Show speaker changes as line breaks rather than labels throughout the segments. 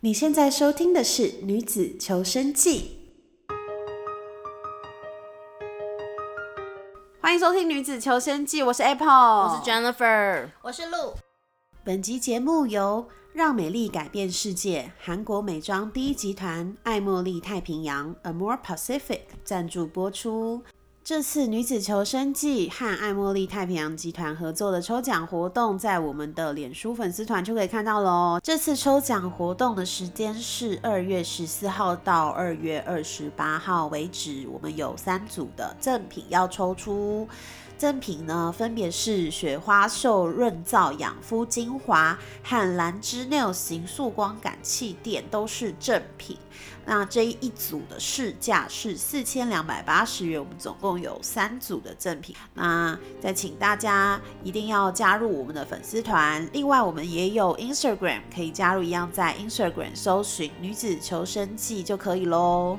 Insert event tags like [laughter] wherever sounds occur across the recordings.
你现在收听的是《女子求生记》。欢迎收听《女子求生记》，我是 Apple，
我是
嗯
Jennifer，
我是鹿。
本集节目由“让美丽改变世界”韩国美妆第一集团爱茉莉太平洋 （Amore Pacific） 赞助播出。这次女子求生记和爱茉莉太平洋集团合作的抽奖活动，在我们的脸书粉丝团就可以看到喽。这次抽奖活动的时间是二月十四号到二月二十八号为止，我们有三组的赠品要抽出。赠品呢，分别是雪花秀润燥养肤精华和兰芝 Nail 型束光感气垫，都是正品。那这一组的市价是四千两百八十元，我们总共有三组的赠品。那再请大家一定要加入我们的粉丝团，另外我们也有 Instagram 可以加入，一样在 Instagram 搜寻“女子求生记”就可以喽。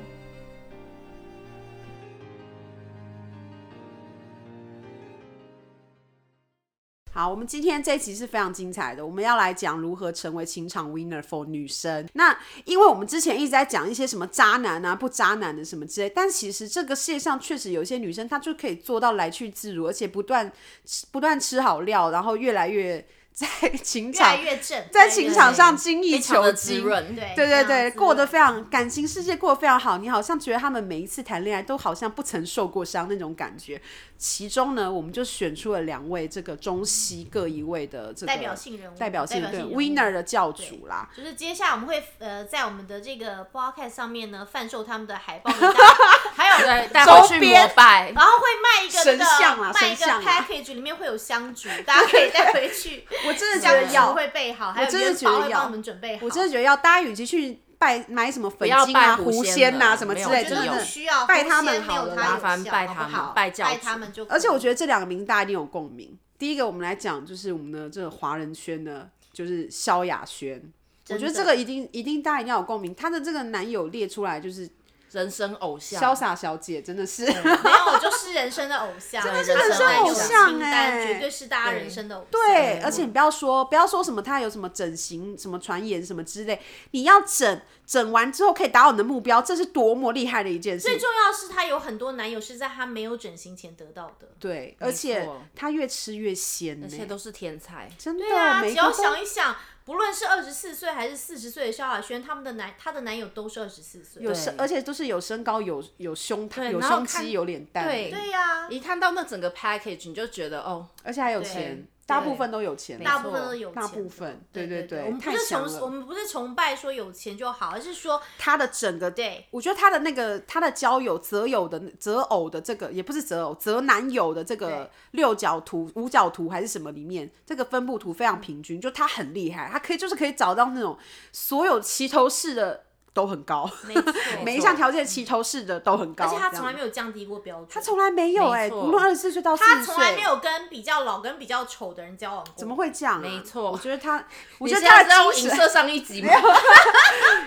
好，我们今天这一集是非常精彩的，我们要来讲如何成为情场 winner for 女生。那因为我们之前一直在讲一些什么渣男啊、不渣男的什么之类，但其实这个世界上确实有一些女生，她就可以做到来去自如，而且不断吃不断吃好料，然后越来越在情
越来
场
越正，
在情场上精益
非常
求
的滋
精。
润，
对
对对
非常
对，
滋
过得
润
非常感情世界过得非常好，你好像觉得他们每一次谈恋爱都好像不曾受过伤那种感觉。其中呢，我们就选出了两位这个中西各一位的这个
代表性人物，
代表性对
人物
winner 的教主啦。
就是接下来我们会呃在我们的这个 podcast 上面呢贩售他们的海报给
[laughs]
大家，还有
对，带回去
周边
膜拜。
然后会卖一个
神
那
像啊
个卖一个
神像啊
package，里面会有香烛，大家可以带回去。
我真的觉
香
得
烛
要，
会备好，还有
真的
元
觉得
宝会
要
帮我们准备好。
我真的觉得要，大家与其去拜买什么粉
要
晶
拜
啊、
狐
狐
仙
仙啊
了
什么
没
之
有
类，
觉
真
得
的
不
的。
需要
拜
狐
他们
仙没
好了
有他
啦
有
麻烦
效
拜
好
他
不
们
好
拜教
拜
主
他们就可
而且我
以
觉得这两个名大家一定有共鸣。第一个，我们来讲就是我们的这个华人圈呢，就是萧亚轩。我觉得这
真的
个一定一定大家一定要有共鸣。她的这个男友列出来就是
人生偶像，
潇洒小姐，真的 [laughs] 是。
没有，就是人生的偶像，真
是人生偶
像
清
哎
单绝对是大家人生的偶像。
对，而且你不要说不要说什么他有什么整形、什么传言什么之类，你要整整完之后可以达到你的目标，这是多么厉害的一件事
最。重要是她有很多男友是在她没有整形前得到的。
对，而且他越吃越鲜呢、
而且都是天才，
真的
对啊，，
每
只
一个
要
都
想一想，不论是二十四岁还是四十岁的萧亚轩，他们的男她的男友都是二十四岁。
有身，而且都是有身高、有有胸膛、有
然后
胸
看
肌、有脸蛋，
对
对呀、
一看到那整个 package 你就觉得哦，
而且还有钱
对，
大部分都有钱，
大部分都是有钱
大
的，
部分
对
对对
对，我们不
太
是
强
崇
了
我们不是崇拜说有钱就好，而是说
他的整个
对
我觉得他的那个他的交友择友的择偶的这个也不是择偶择男友的这个
对
六角图五角图还是什么里面，这个分布图非常平均，就他很厉害，他可以就是可以找到那种所有齐头式的都很高，
没错，
每一项条件齐头式的都很高，
而且他从
这
来
样
没有降低过标准，
他从来没有哎、
没错
无论二十四岁到四
他
十
从来
岁，
没有跟比较老跟比较丑的人交往过，
怎么会这样、啊？
没错
我觉得
[laughs]
他，我
我
觉得他的
让我
精
影
神
射上一集吗？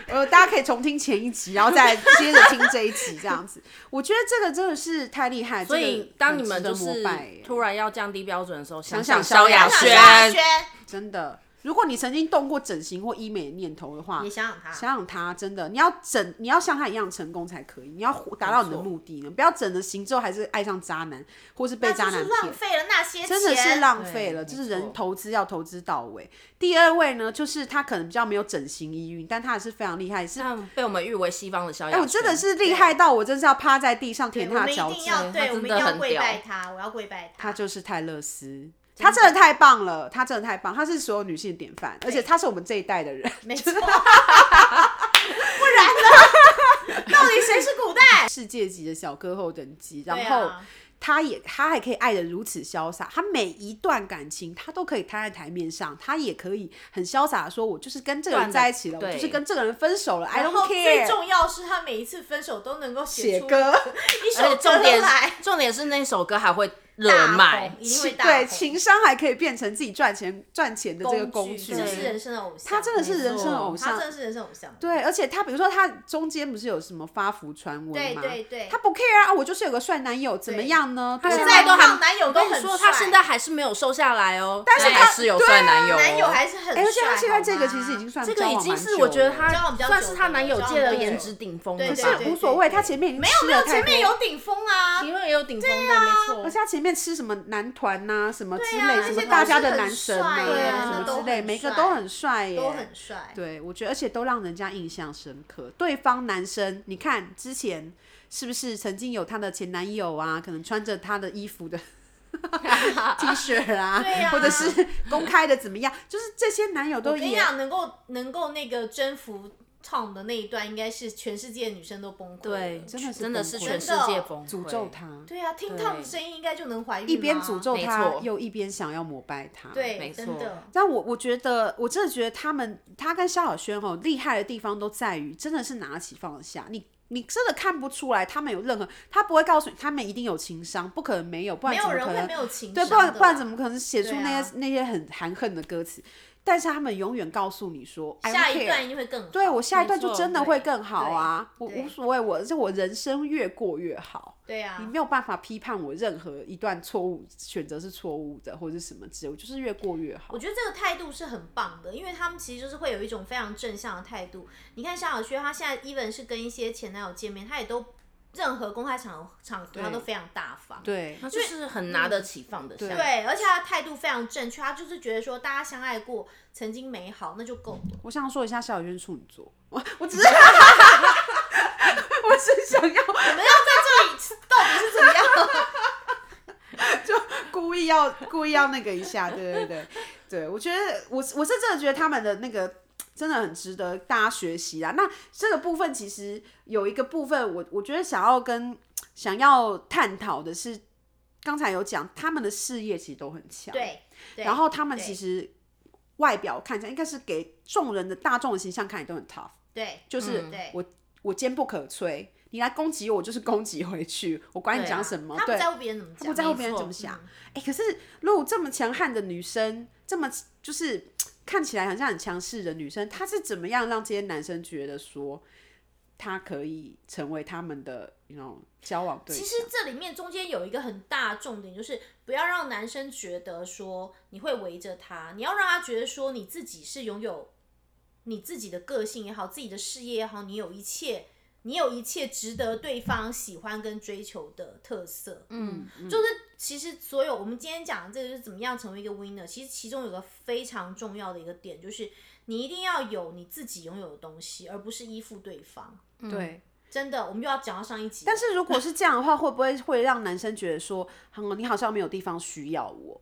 呃，大家可以重听前一集，然后再接着听这一集，这样
[laughs]
子。我觉得这个真的是太厉害，
所
这
以
个
当
很
你们
值
就
得膜
是
拜耶
突然要降低标准的时候，想
想
萧
萧亚
亚
想
轩
啊萧亚轩
轩，
真的，如果你曾经动过整形或医美的念头的话
也，想想他，
想想他真的，你要整，你要像他一样成功才可以，你要活达到你的目的呢，不要整了形之后还是爱上渣男，或是被
那
渣
就是
男
浪
骗。
费了那些钱，
真的是浪费了，
对
就是
没错
人投资要投资到位。第二位呢，就是他可能比较没有整形疑云，但他还是非常厉害，是
那被我们誉为西方的萧亚
哎，
轩，
我真的是厉害到我真是要趴在地上
对
舔
我
他
们
的
一
脚
定
趾。
要，
对
对，
他
我
真
们一
的
定要
很
跪
屌
拜他，我要跪拜
他
他。
就是泰勒斯，他真的太棒了，他真的太棒，他是所有女性的典范，而且他是我们这一代的人。 [laughs]
没错，不然
[laughs]
呢？到底谁是古代？
世界级的小歌后等级，
对
然
啊
后他也他还可以爱的如此潇洒，他每一段感情他都可以摊在台面上，他也可以很潇洒的说，我就是跟这个人
断了
在一起了，我
对
就是跟这个人分手了，I
然
don't
后最
care。
重要是他每一次分手都能够
写
出
歌，
[laughs] 一首
而且
歌
重点
来，
重点是那首歌还会热卖
大红一定会大
对，
红
情商还可以变成自己赚钱赚钱的这个工
具，
具。
这
对
是人生的偶像，
他真的是人生偶
没错他
像
真的是人生偶像。
对，而且他比如说他中间不是有什么发福传闻吗？
对对对，
他不 care 啊，我就是有个帅男友，怎么样呢？啊他
现
现
在
在
都
都
还
还，
男友
我
都
跟你
很
说，
帅
他现在还是没有瘦下来哦，
但是
他
他啊
还是有帅男友、哦，
男友还是很帅，
哎，而且他现在
好吗
这个其实已经算
这
交
个已
往
经
蛮
是
久
我觉得
了
他
交往比较久
算是他男友界的颜值顶峰
对
了
可
对
吧
对？
是无所谓，他前面已经
没有没有，
吃了太
前面
多
有顶峰啊，
因为也有顶峰的，没错。
而且他前面吃什么男团呐、什么之
对啊
类，什
那
么
些
大
都
家
是
的
很
男神
帅
对啊
什
都
么之
很
类，每个
帅
都很帅耶，
都很帅。
对，我觉得而且都让人家印象深刻。对方男生，你看之前是不是曾经有她的前男友啊？可能穿着她的衣服的 [laughs] T 恤啊，
[laughs] 对啊
或者是公开的怎么样？就是这些男友
我
都
跟你
也
讲，能够能够那个征服 Tom 的那一段，应该是全世界女生都崩溃。
对，
真的是
真的
崩
是
溃
全世界崩溃
诅咒，他，
对啊，听
对
Tom 的声音应该就能怀孕吗。
一边诅咒
没
他，
错
又一边想要膜拜他。
对，
没错
真的。
但我我觉得，我真的觉得他们，他跟萧亚轩哦，厉害的地方都在于，真的是拿得起放得下。你你真的看不出来他们有任何，他不会告诉你，他们一定有情商，不可能没有，不然
没
怎
有
么
人
可
会
能
没？有情
对，
商
不然
的
不然
啦
怎么可能写出
对啊
那些、那些很含恨的歌词？但是他们永远告诉你说，I don't
下一
care
段一定会更好
对我下一
没
段就
错
真的
对
会更好啊，我
对
无所谓，我这我人生越过越好。
对啊
你，没有办法批判我任何一段错误选择是错误的，或者是什么之类，我就是越过越好
我。觉得这个态度是很棒的，因为他们其实就是会有一种非常正向的态度。你看萧亚轩，她现在 even 是跟一些前男友见面，她也都任何公开场场合她都非常大方。
对，
他就是很
嗯
拿得起放得下。
对，而且他的态度非常正确，他就是觉得说大家相爱过，曾经美好，那就够了。
我想说一下，小轩处女座，我 [laughs] 我只是，我是想要
我们要在这里到底是怎么样？
故意要故意要那个一下，对对对对，我觉得我是我是真的觉得他们的那个真的很值得大家学习啦。那这个部分其实有一个部分我，我觉得想要跟想要探讨的是，刚才有讲他们的事业其实都很强，
对，对
然后他们
对
其实外表看起来应该是给众人的大众的形象看起来都很 tough，
对，
就是
嗯对
我、我坚不可摧，你来攻击我我就是攻击回去，我管你
对啊
讲什么，
他
对
不在乎别人怎么讲，
不在乎
没
别人
错
怎么想。哎、可是如果这么强悍的女生，这么就是看起来好像很强势的女生，她是怎么样让这些男生觉得说她可以成为他们的那种交往对
其
象？
实这里面中间有一个很大的重点，就是不要让男生觉得说你会围着他，你要让他觉得说你自己是拥有你自己的个性也好，自己的事业也好，你有一切，你有一切值得对方喜欢跟追求的特色。
嗯，
就是其实所有我们今天讲的这个就是怎么样成为一个 winner，其实其中有个非常重要的一个点，就是你一定要有你自己拥有的东西，而不是依附对方。
嗯
嗯
对。
真的，我们又要讲到上一集了，
但是如果是这样的话，会不会会让男生觉得说，嗯，你好像没有地方需要我？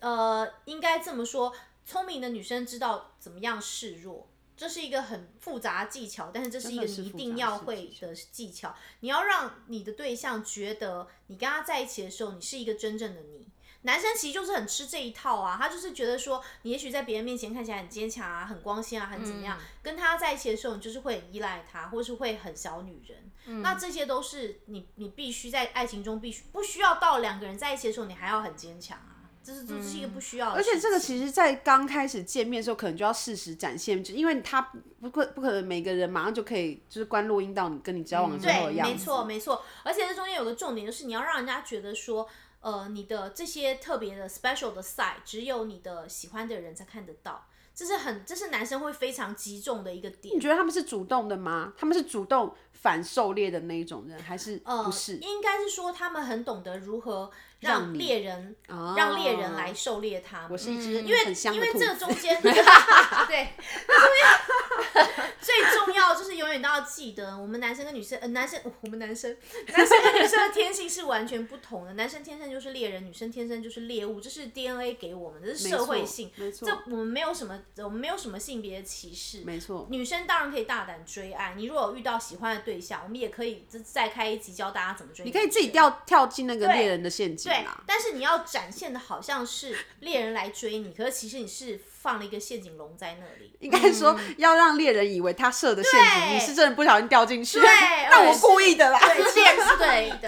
呃，应该这么说，聪明的女生知道怎么样示弱，这是一个很复杂的技巧，但是这是一个
真的是
你一
复杂
定要
是
会
技巧
的技巧。你要让你的对象觉得你跟他在一起的时候，你是一个真正的你。男生其实就是很吃这一套啊，他就是觉得说，你也许在别人面前看起来很坚强啊，很光鲜啊，很怎
嗯
么样，跟他在一起的时候，你就是会很依赖他，或是会很小女人。
嗯
那这些都是你你必须在爱情中必须不需要到两个人在一起的时候，你还要很坚强啊，这是这是一个不需要的
嗯而
事情、
且这个其实，在刚开始见面的时候，可能就要适时展现，就因为他不可不可能每个人马上就可以就是关录音到你跟你交往之后的
嗯对，
样子。
没错没错，而且这中间有个重点，就是你要让人家觉得说，呃，你的这些特别的 special 的 side，只有你的喜欢的人才看得到，这是很这是男生会非常击中的一个点
你。觉得他们是主动的吗？他们是主动反狩猎的那一种人，还是
呃，
不是？
应该是说他们很懂得如何
让
让
你
猎人
哦
让猎人来狩猎他们。
我是一只
嗯
因为很香
因
的
为
兔
这个
子。[laughs]
中间， [laughs] 对，因为 [laughs] 最重要就是永远都要记得，我们男生跟女生，呃，男生我们男生， [laughs] 男生跟女生的天性是完全不同的。男生天生就是猎人，女生天生就是猎物，这是 DNA 给我们的，这是
没错
社会性。
没错
这我们没有什么，我们没有什么性别歧视。
没错
女生当然可以大胆追爱，你如果有遇到喜欢的对象，我们也可以再再开一集教大家怎么追。
你可以自己。掉跳进那个
对
猎人的陷阱
对
啦，。
但是你要展现的好像是猎人来追你，可是其实你是放了一个陷阱笼在那
[laughs]
里。
应该说要让猎人以为他设的陷阱，
嗯对
[laughs] 你是真的不小心掉进去，
对
那我故意的啦。
对，这也是对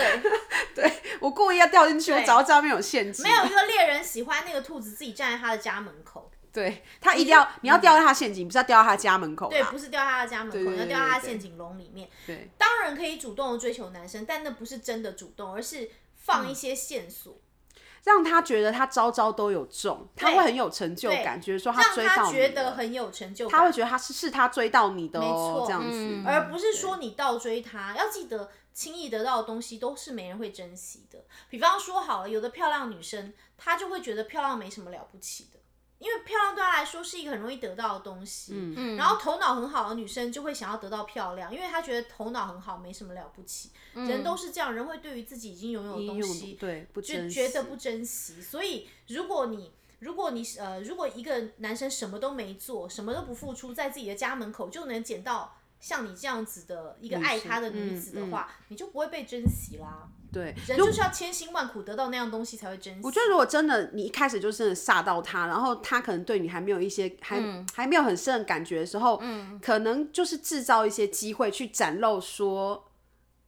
的。
我故意要掉进去，我
对
早知道没有陷阱。
没有一个猎人喜欢那个兔子自己站在他的家门口，
对他一定要，你要掉到他陷阱，不是要掉到他家门口
对，
啦
不。是掉到他的家门口，
对
你要
对
掉到他
对
的
对
陷阱笼里面。
对，
当然可以主动的追求男生，但那不是真的主动，而是放一些线索，
让他觉得他招招都有中，他会很有成就感，觉得说
让
追到
他
你
觉得
了，
很有成就感。
他会觉得他是是他追到你的
没
哦，
错
这样子，
嗯
而不是说你倒追他。要记得，轻易得到的东西都是没人会珍惜的。比方说，好了，有的漂亮女生，她就会觉得漂亮没什么了不起的，因为漂亮对她来说是一个很容易得到的东西。嗯然后头脑很好的女生就会想要得到漂亮，因为她觉得头脑很好没什么了不起。人都是这样，人会对于自嗯己已经拥有的
应
东
嗯用
西，
对不
就
珍
觉
惜
得不珍惜。所以，如果你如果你呃，如果一个男生什么都没做，什么都不付出，在自己的家门口就能捡到像你这样子的一个爱他的女子的话，你就不会被珍惜啦。
嗯对。
人就是要千辛万苦得到那样东西才会珍惜。我
我觉得如果真的你一开始就真的吓到他，然后他可能对你还没有一些还、
嗯
还没有很深的感觉的时候，可能就是制造一些机会去展露说。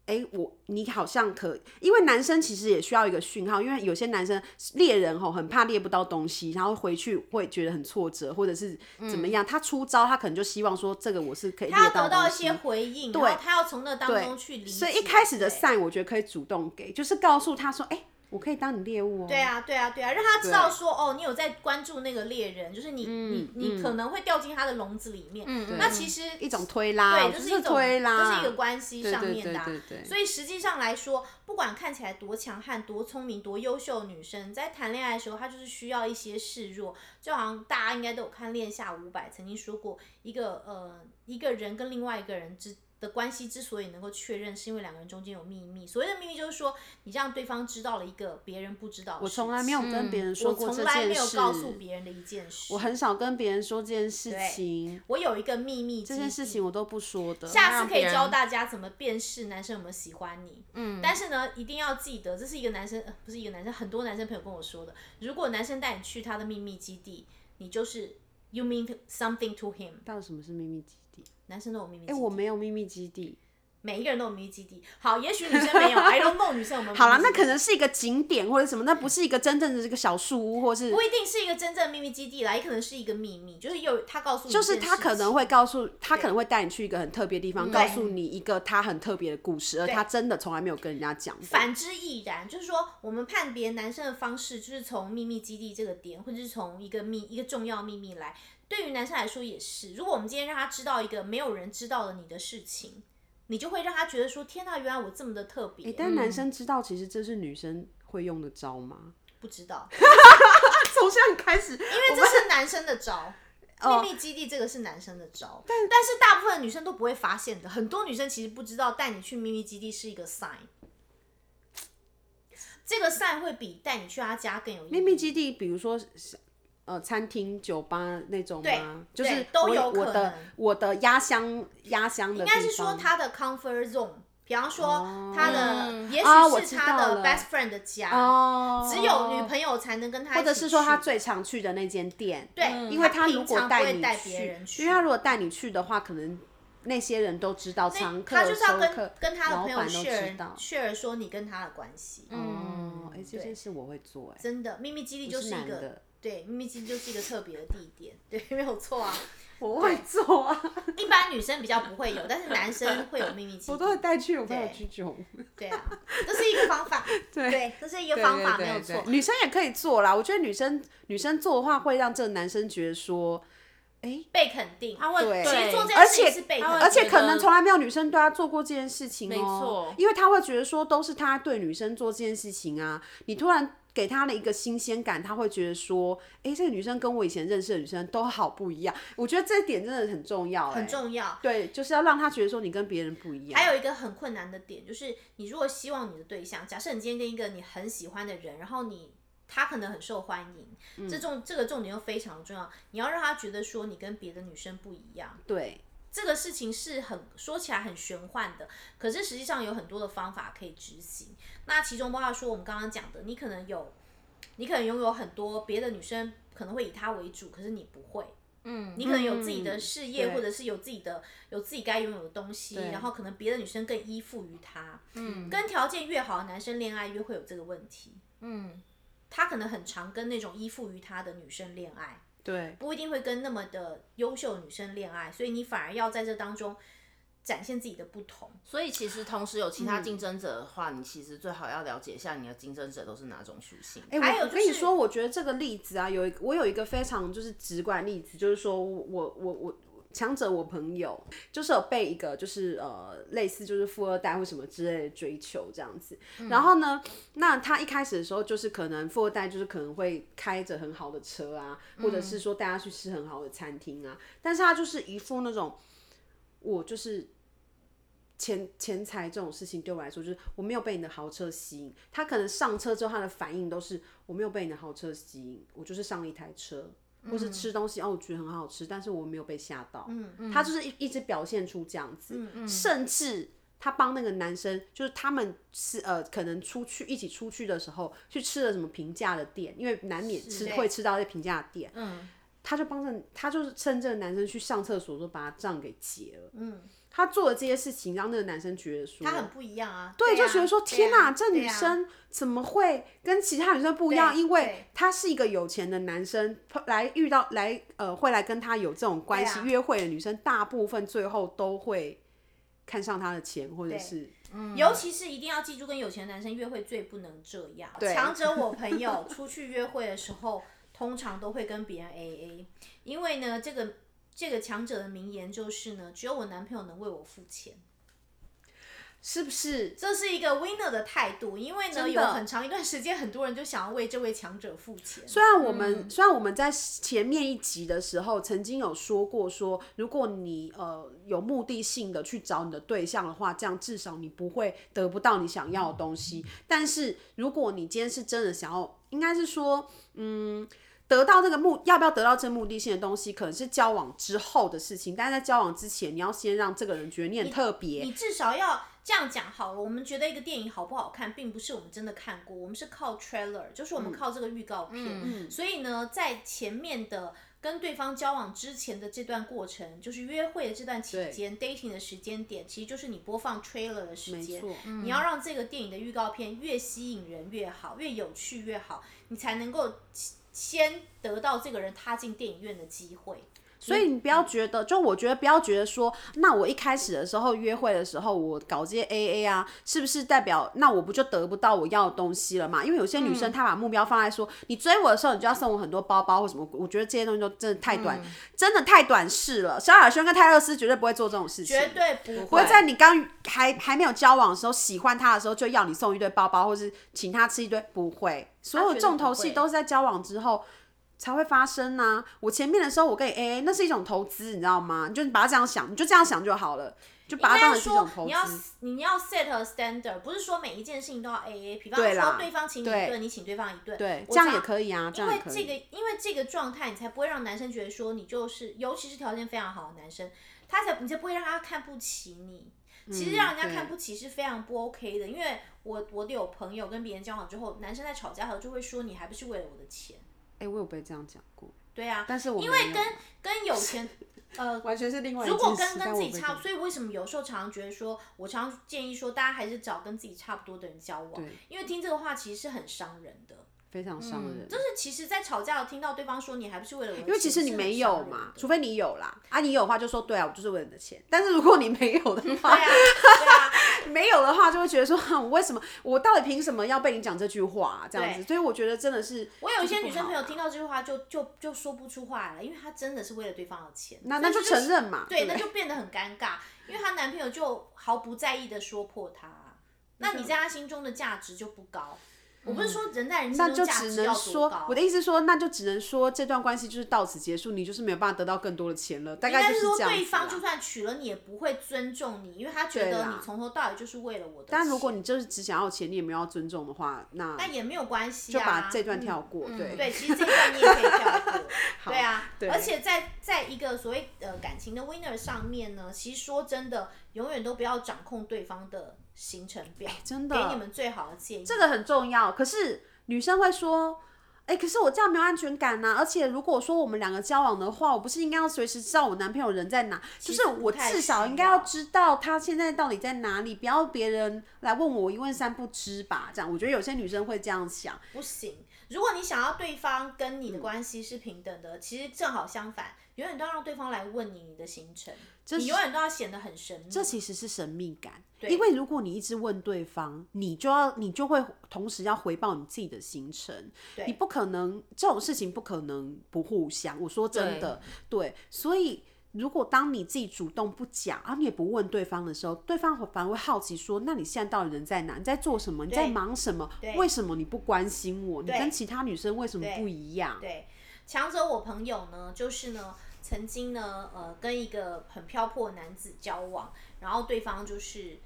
哎、我你好像可，因为男生其实也需要一个讯号，因为有些男生猎人吼很怕猎不到东西，然后回去会觉得很挫折，或者是怎么样。他出招，他可能就希望说这个我是可以猎
嗯他要得
到
到
东
一
西
些回应，然后他要从那当中去理解。
所以一开始的
对
sign 我觉得可以主动给，就是告诉他说，哎、我可以当你猎物哦、
对啊，对啊，对啊，让他知道说哦，你有在关注那个猎人，就是你、
嗯
你你可能会掉进他的笼子里面。那其实
一种推拉，
对，
就
就是一种，
推拉，
这是一个关系上面的啊、
对对对对对
所以实际上来说，不管看起来多强悍、多聪明、多优秀的女生，在谈恋爱的时候，她就是需要一些示弱。就好像大家应该都有看《恋下五百》，曾经说过，一个呃，一个人跟另外一个人之。的关系之所以能够确认，是因为两个人中间有秘密。所谓的秘密，就是说你让对方知道了一个别人不知道的
我
事
从来没有
情
跟别人说
嗯我
过
从
这
来
件
没有
事，
告诉别人的一件事。
我很少跟别人说这件事情，
我有一个秘密
这件事情我都不说的。
下次可以
人
教大家怎么辨识男生有没有喜欢你。嗯，但是呢，一定要记得，这是一个男生，呃不是一个男生，很多男生朋友跟我说的。如果男生带你去他的秘密基地，你就是 you mean to- something to him。
到底什么是秘密基地？
男生都有秘密基
哎、
地，
我没有秘密基地。
每一个人都有秘密基地。好，也许女生
[laughs]
没有，I don't know 女生有没有秘密基地。
好了，那可能是一个景点或者什么，那不是一个真正的这个小树屋，或是
嗯不一定是一个真正的秘密基地啦，也可能是一个秘密，就是有他告诉你一
就
件事
是
情，嗯
他可能会告诉他可能会带你去一个很特别的地方，告诉你一个他很特别的故事，而他真的从来没有跟人家讲过。
反之亦然，就是说，我们判别男生的方式，就是从秘密基地这个点，或者是从一个秘一个重要秘密来。对于男生来说也是，如果我们今天让他知道一个没有人知道的你的事情，你就会让他觉得说：天呐，原来我这么的特别，
但男生知道其实这是女生会用的招
[laughs]
吗？
不知
[laughs]
道，
从现在开始，因
因为这是男生的
[laughs]
招。
哦
秘密基地这个是男生的招，但但是大部分女生都不会发现的。很多女生其实不知道带你去秘密基地是一个 sign，这个 sign 会比带你去他家更有意义。
秘密基地，比如说呃餐厅、酒吧那种吗？就
对
是
都
我
有可
我的
能
我的压箱压箱的地
应
方，哦
该是说他的 comfort zone，比方说他的，
嗯
也
啊我
许
知
是
道
他
了
的 best friend 的家，
哦，
只有女朋友才能跟他一起去，
或者是说他最常去的那间店，
对，
因为
他
如
平
果
常不
带
会
你
带别人去，
因为他如果带你去的话，可能那些人都知道，常客、
他就是要
熟
跟
客
跟他的
老
朋友
板都知
share
道。
share 说你跟他的关系，
哦，哎、这
对
件事我会做、哎，
真的秘密基地就是
男
一
的
个。对，秘密基地就是一个特别的地点， [laughs] 对，没有错啊。
我会做啊， [laughs]
一般女生比较不会有，但是男生会有秘密基地。
我都会带去我朋友
对
去酒。
对啊，这是一个方
[laughs]
法，对，这是一个方法，没有错。
女生也可以做啦，我觉得女生女生做的话，会让这个男生觉得说，
被肯定，他
会
对
其实做这
对
件
而
事情
且
是被
他
肯
会
定，
而且
觉
可
得
能从来没有女生对他做过这件事情哦、
没错
因为他会觉得说都是他对女生做这件事情啊，你突然。给他的一个新鲜感，他会觉得说：“哎、这个女生跟我以前认识的女生都好不一样。”我觉得这一点真的很重要、
很
哎
重要。
对，就是要让他觉得说你跟别人不一样。
还有一个很困难的点就是，你如果希望你的对象，假设你今天跟一个你很喜欢的人，然后你他可能很受欢迎，这重这个重点又非常重要，你要让他觉得说你跟别的女生不一样，
对，
这个事情是很说起来很玄幻的，可是实际上有很多的方法可以执行。那其中包括说我们刚刚讲的，你可能有，你可能拥有很多别的女生可能会以他为主，可是你不会，嗯，你可能有自己的
嗯
事业，
对
或者是有自己的有自己该拥有的东西，
对
然后可能别的女生更依附于他。嗯，跟条件越好的男生恋爱越会有这个问题。
嗯，
他可能很常跟那种依附于他的女生恋爱，
对，
不一定会跟那么的优秀的女生恋爱，所以你反而要在这当中展现自己的不同。
所以其实同时有其
嗯
他竞争者的话，你其实最好要了解一下你的竞争者都是哪种属性。哎
哎、
还
我
有
我
就
跟你
是
说，我觉得这个例子啊，有一个我有一个非常就是直观的例子，就是说我我我强者我朋友就是有被一个就是呃类似就是富二代或什么之类的追求这样子，
嗯
然后呢，那他一开始的时候就是可能富二代就是可能会开着很好的车啊，或
嗯
者是说带他去吃很好的餐厅啊，但是他就是一副那种我就是钱钱财这种事情对我来说，就是我没有被你的豪车吸引。他可能上车之后，他的反应都是我没有被你的豪车吸引，我就是上了一台车，或是吃东西哦，我觉得很好吃，但是我没有被吓到。嗯嗯，他就是一一直表现出这样子，甚至。他帮那个男生，就是他们是呃，可能出去一起出去的时候，去吃了什么平价的店，因为难免吃会吃到一些平价的店，
嗯
他就帮着他就是趁这个男生去上厕所的时候把他账给结了。
嗯，
他做的这些事情让那个男生觉得说，
他很不一样啊。
对，
啊
就觉得说
对啊
天哪、这
对
女
啊
生怎么会跟其他女生不一样？
对
因为
对
他是一个有钱的男生，来遇到来呃会来跟他有这种关系、
对啊
约会的女生，大部分最后都会看上他的钱，或者
对
是
尤其是一定要记住，跟有钱的男生约会最不能这样。
对
强者我朋友 [laughs] 出去约会的时候，通常都会跟别人 AA，因为呢，这个这个强者的名言就是呢，只有我男朋友能为我付钱。
是不是？
这是一个 winner 的态度，因为呢，
真的
有很长一段时间，很多人就想要为这位强者付钱。
虽然我们、虽然我们在前面一集的时候曾经有说过说如果你呃有目的性的去找你的对象的话，这样至少你不会得不到你想要的东西。但是如果你今天是真的想要，应该是说，嗯。得到这个目要不要得到这目的性的东西，可能是交往之后的事情。但是在交往之前，你要先让这个人觉得你很特别
你。至少要这样讲好了。我们觉得一个电影好不好看，并不是我们真的看过，我们是靠 trailer，就
嗯
是我们靠这个预告片。所以呢，在前面的跟对方交往之前的这段过程，就是约会的这段期间，dating 的时间点，其实就是你播放 trailer 的时
没
间
错。嗯
你要让这个电影的预告片越吸引人越好，越有趣越好，你才能够先得到这个人踏进电影院的机会。
所以你不要觉得，就我觉得不要觉得说，那我一开始的时候约会的时候，我搞这些 AA 啊，是不是代表那我不就得不到我要的东西了嘛？因为有些女
嗯
生她把目标放在说，你追我的时候，你就要送我很多包包或什么，我觉得这些东西都真的太
嗯
短，真的太短视了。萧亚轩跟泰勒斯绝对不会做这种事情，
绝对不
不会在你刚还还没有交往的时候喜欢他的时候就要你送一堆包包，或是请他吃一堆，不会。所有重头戏都是在交往之后才会发生呐、我前面的时候我跟你 AA，那是一种投资，你知道吗？你就把它这样想，你就这样想就好了，就把它当
但
成
是
是一种
说
投
你要
资。
你要 set a standard，不是说每一件事情都要 AA。比方
对啦
说对方请你
对
一顿，你请对方一顿，
对，
我
这样
常
也可以啊，这
因
样
为
也可
这个
以。，
因为这个状态，你才不会让男生觉得说你就是，尤其是条件非常好的男生，他才你才不会让他看不起你。
嗯
其实让人家
对
看不起是非常不 OK 的，因为我我有朋友跟别人交往之后，男生在吵架后就会说你还不是为了我的钱，
哎、我有被这样讲过，
对啊，
但是我
因
没
为
有
跟跟有钱呃
完全是另外一
如
件
果
事
跟
但
跟自
我
己
被
差，
这样
所以为什么有时候常常觉得说，我常常建议说，大家还是找跟自己差不多的人交往
对，
因为听这个话其实是很伤人的。
非常伤人。
嗯就是其实，在吵架的听到对方说你还不是为了我的钱，
因为其实你
是很
没
伤
有
人
嘛，
的
除非你有啦，啊，你有的话就说对啊，我就是为了你的钱。但是如果你没有的
对
话，
啊，对啊，
没有的话，就会觉得说， [laughs] 哼我为什么，我到底凭什么要被你讲这句话、啊、这样子？
对
所以我觉得真的是，
我有一些
就是
女
不
生
好啊
朋友
啦
听到这句话就就就说不出话来了，因为她真的是为了对方的钱，
那
所
那
以
就
这
承认嘛，
对，
不
那就变得很尴尬，因为她男朋友就毫不在意的说破她，那你在她心中的价值就不高。我不是说人在人心
那
中
[laughs] 就
的价
只
值要
能
多高
说，，我的意思是说，那就只能说这段关系就是到此结束，你就是没有办法得到更多的钱了，大
应
概
该
就是是
说，
这样子
对方
啦
就。算娶了你，也不会尊重你，因为他觉
对
得
啦
你从头到尾就是为了我的钱。
但如果你就是只想要钱，你也没有要尊重的话，那
那也没有关系
就
啊，嗯
把这段跳过。对
对，其实这段你也可以跳
[laughs]
过，对啊，
对
而且在在一个所谓呃感情的 winner 上面呢，其实说真的，永远都不要掌控对方的行程表，
哎真
给你
的
们最好的建议。
这个很重要。可是女生会说哎、可是我这样没有安全感呐、而且如果说我们两个交往的话，我不是应该要随时知道我男朋友人在哪？就是
实不
我
太
至少
需
应该要
要
知道他现在到底在哪里，不要别人来问我一问三不知吧。这样，我觉得有些女生会这样想。
不行。如果你想要对方跟
嗯
你的关系是平等的，其实正好相反，永远都要让对方来问你你的行程，你永远都要显得很神秘。
这其实是神秘感，因为如果你一直问对方，你就要你就会同时要回报你自己的行程，你不可能这种事情不可能不互相。我说真的，对，所以如果当你自己主动不讲，啊，你也不问对方的时候，对方反而会好奇说，那你现在到底人在哪？你在做什么？你在忙什么？为什么你不关心我？你跟其他女生为什么不一样？
对，强者我朋友呢，就是呢，曾经呢，呃，跟一个很漂泊的男子交往，然后对方就是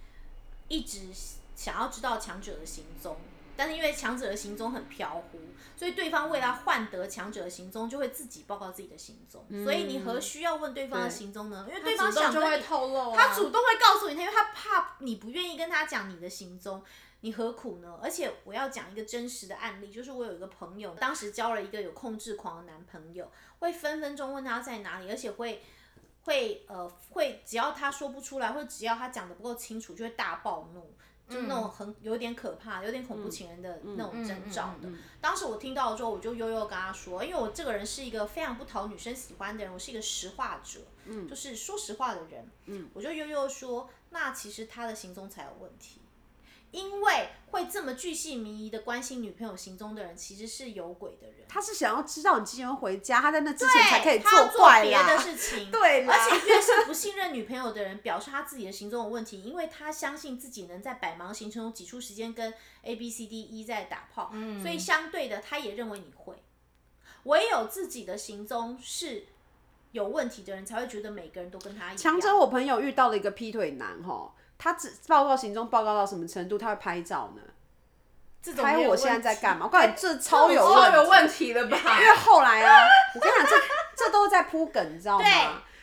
一直想要知道强者的行踪，但是因为强者的行踪很飘忽，所以对方为了换得强者的行踪，就会自己报告自己的行踪，所以你何须要问对方的行踪呢？因为对方想跟你
啊
露、
他主动会告诉你，因为他怕你不愿意跟他讲你的行踪，你何苦呢？而且我要讲一个真实的案例，就是我有一个朋友，当时交了一个有控制狂的男朋友，会分分钟问他在哪里，而且会会呃会，只要他说不出来，或者只要他讲的不够清楚，就会大暴怒。就那种很有点可怕、有点恐怖情人的那种征兆的。当时我听到了之后，我就悠悠跟他说，因为我这个人是一个非常不讨女生喜欢的人，我是一个实话者，就是说实话的人。我就悠悠说，那其实他的行踪才有问题，因为会这么巨细靡遗的关心女朋友行踪的人，其实是有鬼的人。
他是想要知道你几点会回家，他在那之前
对
才可以
他要做
怪
别
啦。
的事情，
[laughs] 对啦
而且越是不信任女朋友的人，表示他自己的行踪有问题，因为他相信自己能在百忙行程中挤出时间跟 A B C D E 在打炮，
嗯
所以相对的，他也认为你会。唯有自己的行踪是有问题的人，才会觉得每个人都跟他一样。
强者，我朋友遇到了一个劈腿男，吼，他只报告行踪报告到什么程度，他会拍照呢？
这种
拍
没有
我现在
问
在
题
干嘛？我告诉你，这超有
超有
题
问题了吧？
因为后来啊，我跟你讲，这这都是在铺梗，你知道吗？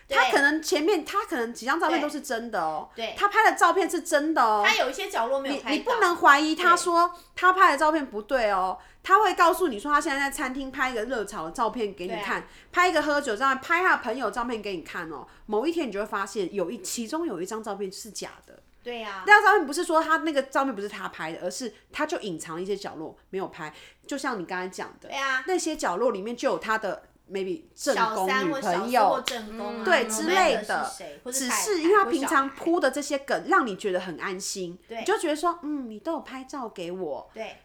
对
他可能前面他可能几张照片都是真的哦、
对
他拍的照片是真的哦、
他有一些角落没有
你
拍到，
你不能怀疑他说他拍的照片不对哦，他会告诉你说他现在在餐厅拍一个热炒的照片给你
对啊
看，拍一个喝酒照片，拍他的朋友照片给你看哦。某一天你就会发现有一其中有一张照片是假的，
对呀、
那张照片不是说他那个照片不是他拍的，而是他就隐藏了一些角落没有拍，就像你刚才讲的，
对啊
那些角落里面就有他的 maybe 正
小
宫
三
女
或小
朋
四或
友。
正宫啊，
对
嗯
之
那
类
个是
的
谁或
只
太
是
太
因为他
或
平
小
常
孩
铺的这些梗，让你觉得很安心，
对
你就觉得说，嗯，你都有拍照给我，
对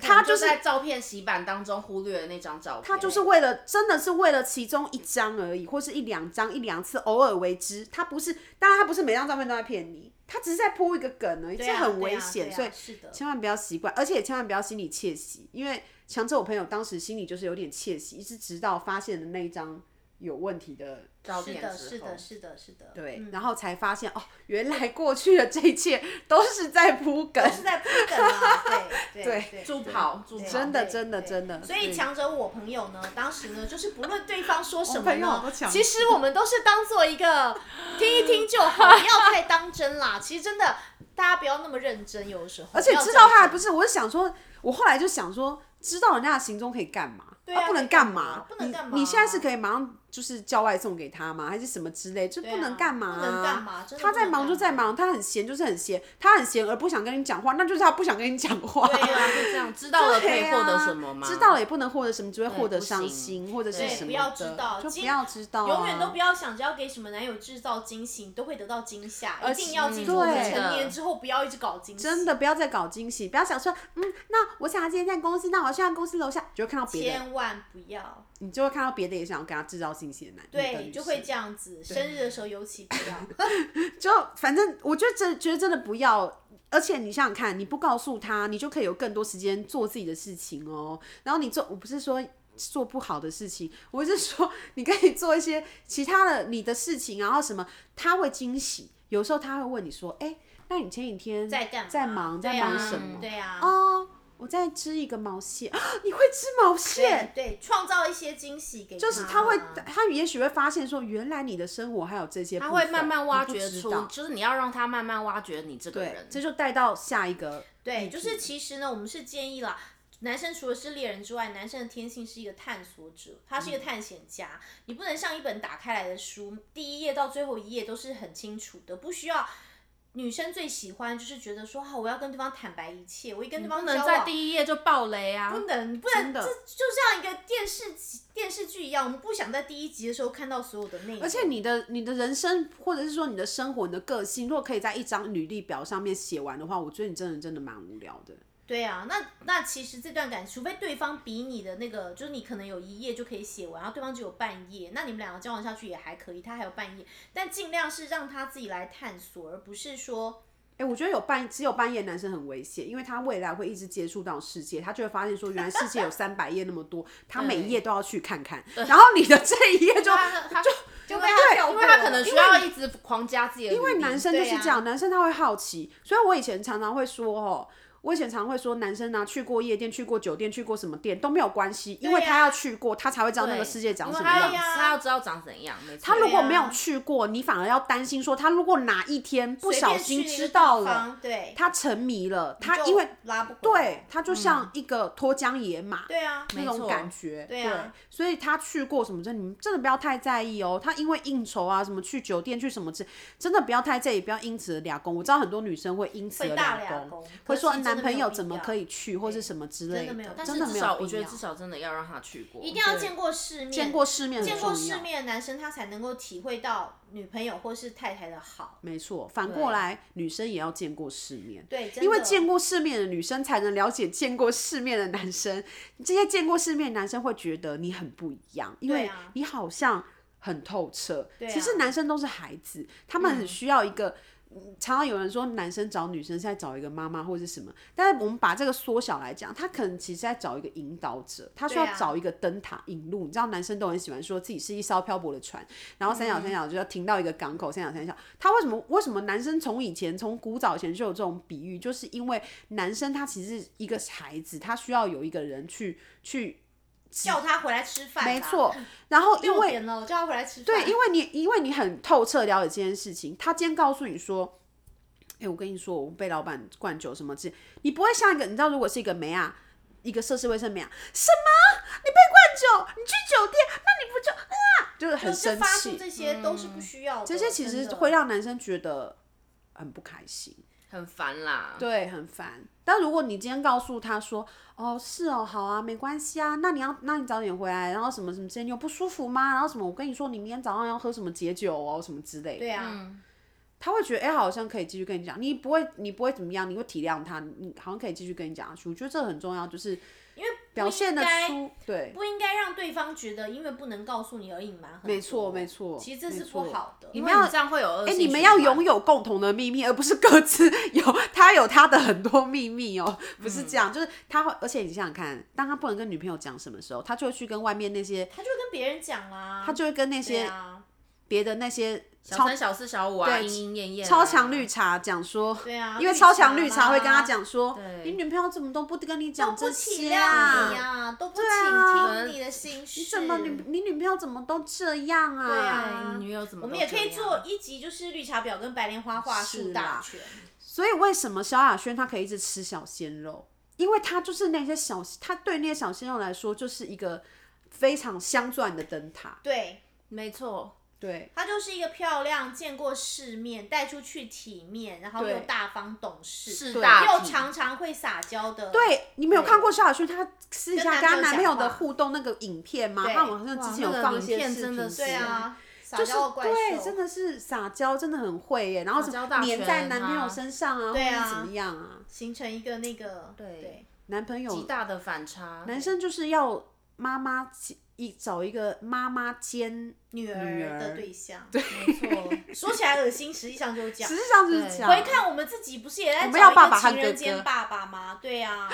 他
他就是
在照片洗版当中忽略了那张照片，
他就是为了真的是为了其中一张而已，或是一两张、一两次偶尔为之，他不是，当然他不是每张照片都在骗你，他只是在铺一个梗而已，
对
这
啊
很
对
危
啊
险，
对啊
所以
是的，
千万不要习惯，而且也千万不要心里窃喜，因为强者我朋友当时心里就是有点窃喜，一直直到发现的那一张有问题的
照
是
片
的，
之
是
后
的，是的，是的，
对，
嗯
然后才发现哦，原来过去的这一切都是在铺梗，
是在不等啊，
[laughs]
对对
对
对，
助跑助跑，
真的
对
真的
对
真的
所以
对哦
强者我朋友呢，当时呢，就是不论对方说什么
我朋友好
呢
多强，
其实我们都是当做一
[laughs]
个听一听就好，不要太当真啦。其实真的，大家不要那么认真，有的时候。
而且
不要
知
较
道他还
真
不是，我是想说，我后来就想说，知道人家的行踪可以干嘛？对
啊
不能
可以干
嘛
嘛？不能
你
干
你
嘛啊
现在是可以马上就是叫外送给他吗？还是什么之类？就不
啊
能干嘛、啊
不能干嘛真的
他
不
在
能
忙
干
就在
嘛
忙，他很闲就是很闲，他很闲而不想跟你讲话，那就是他不想跟你讲话。
对
对啊，
啊
就这样，知道了可
对
以
啊
获得什么吗？
知道了也不能获得什么，只会获得
不
伤
行
心或者是
对
什么的。
不
要知道
就不
今
要知道、啊，
永远都不要想着要给什么男友制造惊喜，你都会得到惊吓。一定要记住，
对
我们成年之后不要一直搞惊喜。
真的不要再搞惊喜，不要想说，嗯，那我想要今天在公司，那我要去他公司楼下，就会看到别的，
千万不要，
你就会看到别的也想要给他制造惊喜的男，女的
对，
女
就会
生
这样子。生日的时候尤其不要。
[laughs] 就反正我觉得真觉得真的不要，而且你想想看，你不告诉他，你就可以有更多时间做自己的事情哦。然后你做，我不是说做不好的事情，我是说你可以做一些其他的你的事情，然后什么他会惊喜，有时候他会问你说，哎、那你前几天
在干嘛
在忙在
对啊
忙什么？
对啊。
哦，我在织一个毛线，啊你会织毛线
对？对，创造一些惊喜给
就是
他
他会
啊，
他也许会发现说，原来你的生活还有这些部
他
分，
会慢慢挖
你不
掘
知
出，
道
就是你要让他慢慢挖掘你这个
对
人，。
这就带到下一个。
对，就是其实呢，我们是建议啦。男生除了是猎人之外，男生的天性是一个探索者，他
嗯
是一个探险家。你不能像一本打开来的书，第一页到最后一页都是很清楚的，不需要。女生最喜欢就是觉得说，好，我要跟对方坦白一切，我一跟对
不
方
能
交
在
往，
第一页就爆雷啊！
不能不能，
真的
这就像一个电视剧电视剧一样，我们不想在第一集的时候看到所有的内容。
而且你的你的人生，或者是说你的生活、你的个性，如果可以在一张履历表上面写完的话，我觉得你真的真的蛮无聊的。
对啊，那那其实这段感情，除非对方比你的那个，就是你可能有一页就可以写完，然后对方只有半页，那你们两个交往下去也还可以，他还有半页，但尽量是让他自己来探索，而不是说
哎、我觉得有半只有半夜男生很危险，因为他未来会一直接触到世界，他就会发现说，原来世界有三百页那么多，他每一页都要去看
[laughs]
看，然后你的这一页就
他他就
就被他跳
因
过
为
了，
他可能需要一直狂加自己的履历，因
因为男生就是这样，
对啊
男生他会好奇，所以我以前常常会说哦。我以前常会说，男生呢、去过夜店、去过酒店、去过什么店都没有关系，因为
啊
他要去过，他才会知道
哎
那个世界长什么
他
样子
要
对。呀
他要知道长怎样。没错
他如果没
对
有
啊
去过，你反而要担心说，他如果哪一天不
随
小
便
心
去一个
知
地
道
方
了，
对，
他沉迷了，他
就
因为
拉不回来
对他就像一个脱缰野马，
对啊，
那
没
种
错
感觉，
对啊
所以他去过什么这，你们真的不要太在意哦。他因为应酬啊，什么去酒店去什么之，真的不要太在意，不要因此而俩公。我知道很多女生会因此而
会大
俩
俩公
会
可
说
是真的
男朋
没有
友
必
怎么
要
可以去或是什么之类
真的没有
的，
但
真
但
的
是
没
至
有
少
必
我觉得
要
至少真的要让他去过，
一定要
对
见过世面，
见过世面很
见过
重
世
要
面的男生，他才能够体会到女朋友或是太太的好。
没错，反
对
过来女生也要见过世面。
对，真
因为
的
见过世面的女生才能了解见过世面的男生， [laughs] 这些见过世面的男生会觉得你很不一样，因
对
为
啊
你好像很透彻。
对啊
其实男生都是孩子，他们很需要一个。嗯常常有人说男生找女生是在找一个妈妈或者是什么，但是我们把这个缩小来讲，他可能其实在找一个引导者，他需要
对啊
找一个灯塔引路。你知道男生都很喜欢说自己是一艘漂泊的船，然后三
嗯
角三角就要停到一个港口，三角三角。他为什么为什么男生从以前从古早前就有这种比喻，就是因为男生他其实是一个孩子，他需要有一个人去去，
叫他回来吃饭，
没，错。然后因
六
为
点了，我叫他回来吃饭。
对，因为你因为你很透彻了解这件事情，他今天告诉你说。哎、我跟你说，我被老板灌酒什么之类，你不会像一个，你知道，如果是一个梅啊，一个涉世未深梅啊，什么？你被灌酒，你去酒店，那你不就啊？就是很
就是
生
发
气
出。这些都是不需要的。
这些其实
真的
会让男生觉得很不开心，
很烦啦。
对，很烦。但如果你今天告诉他说，哦，是哦，好啊，没关系啊，那你要，那你早点回来，然后什么什么之类，你有不舒服吗？然后什么，我跟你说，你明天早上要喝什么解酒哦，什么之类的。
对啊，
他会觉得，哎、好像可以继续跟你讲，你不会，你不会怎么样，你会体谅他，你好像可以继续跟你讲下去。我觉得这很重要，就是因为表现的
该
出，对，
不应该让对方觉得因为不能告诉你而隐瞒很多。
没错，没错，
其实这
没
是
错
不好的。
你
因
们这样会有恶性
哎、
循环。
你们要拥有共同的秘密，而不是各自有他有他的很多秘密哦，不是这
嗯
样，就是他会，而且你想想看，当他不能跟女朋友讲什么时候，他就会去跟外面那些，
他就跟别人讲啦，
他就会跟那
对
些
啊，
别的那些
小
超
三、小四、小五啊，莺莺燕燕啊，
超强绿茶讲说，
对啊
因为
绿
超强
茶
绿茶会跟他
啦
讲说，
对
你女朋友怎么都不跟你讲
不
这
体
些
谅你
啊？
啊，都不
啊
倾听你的心事。
你怎么你你女朋友怎么都这样啊？
对啊
哎，女友怎么
我
都
们也可以
这样啊
做一集，就是绿茶婊跟白莲花话术
是
大
啦
全。
所以为什么萧亚轩她可以一直吃小鲜肉？因为她就是那些小，她对那些小鲜肉来说就是一个非常镶钻的灯塔。
对，
没错，
对，
她就是一个漂亮、见过世面、带出去体面，然后又
对
大方懂事，
是大
又
体
常常会撒娇的。
对，你没有看过萧亚轩她私底下
跟
跟她
男朋友
男朋友
讲
的
话
互动那个影片吗？
对
她好像之前有
哇那个
放一
影
些
片
视
真
频
的
之
是
类
对
的
啊，撒
就是
娇的怪兽，
对，真的是撒娇，真的很会耶。然后
撒
什
娇
么
大
粘在
全
男朋友
啊
身上啊，
对
或者
啊
是怎么样啊？
形成一个那个
对
对
男朋友
极大的反差。
男生就是要妈妈一找一个妈妈兼，
女
女
儿
儿
的对象。
没错，
说起来恶心，实际上就是这样
实。际上就是
对
这样。
回看我们自己不是也在
我们要
找一
爸爸
个
和
情人
哥
间
哥
爸爸吗？对啊，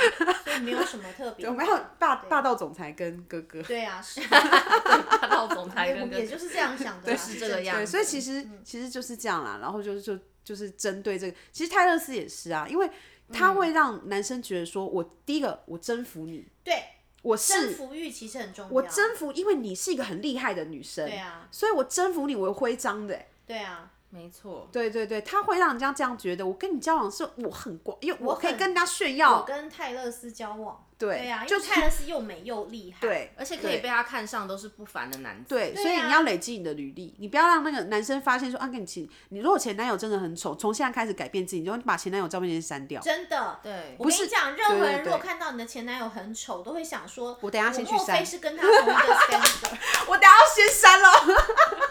所以没有什么特别。
[laughs] 我们要霸霸道总裁跟哥哥。
对
[laughs]
啊，是啊，
霸道总裁
哎我
跟
们
哥
[laughs] 也就是这样想的啦，
对是这个样
对，
子
所以其
嗯
实其实就是这样啦。然后就是就就是针对这个，其实泰勒斯也是啊，因为他会
嗯
让男生觉得说，我第一个我征服你，
对，
我
征
是
服欲其实很重要。
我征服，因为你是一个很厉害的女生，
对啊，
所以我征服你，我有徽章的欸、
对啊，
没错，
对对对，他会让人家这样觉得，我跟你交往是我很光，因为我
我
可以
很
跟人家炫
我
耀，
跟泰勒斯交往，
对
对啊，因
就
为
是
泰勒斯又美又厉害，呃
对，
而且可以被他看上都是不凡的男子。
对，
对
所以
啊
你要累积你的履历，你不要让那个男生发现说啊，跟你前，你如果前男友真的很丑，从现在开始改变自己，你就把前男友照片先删掉。
真的，
对
我跟
是
你讲，任何
对对
人
对
如果看到你的前男友很丑，都会想说，
我等一下先去
莫非
删
是跟他同一
[laughs]
个 standard？
我等下要先删了。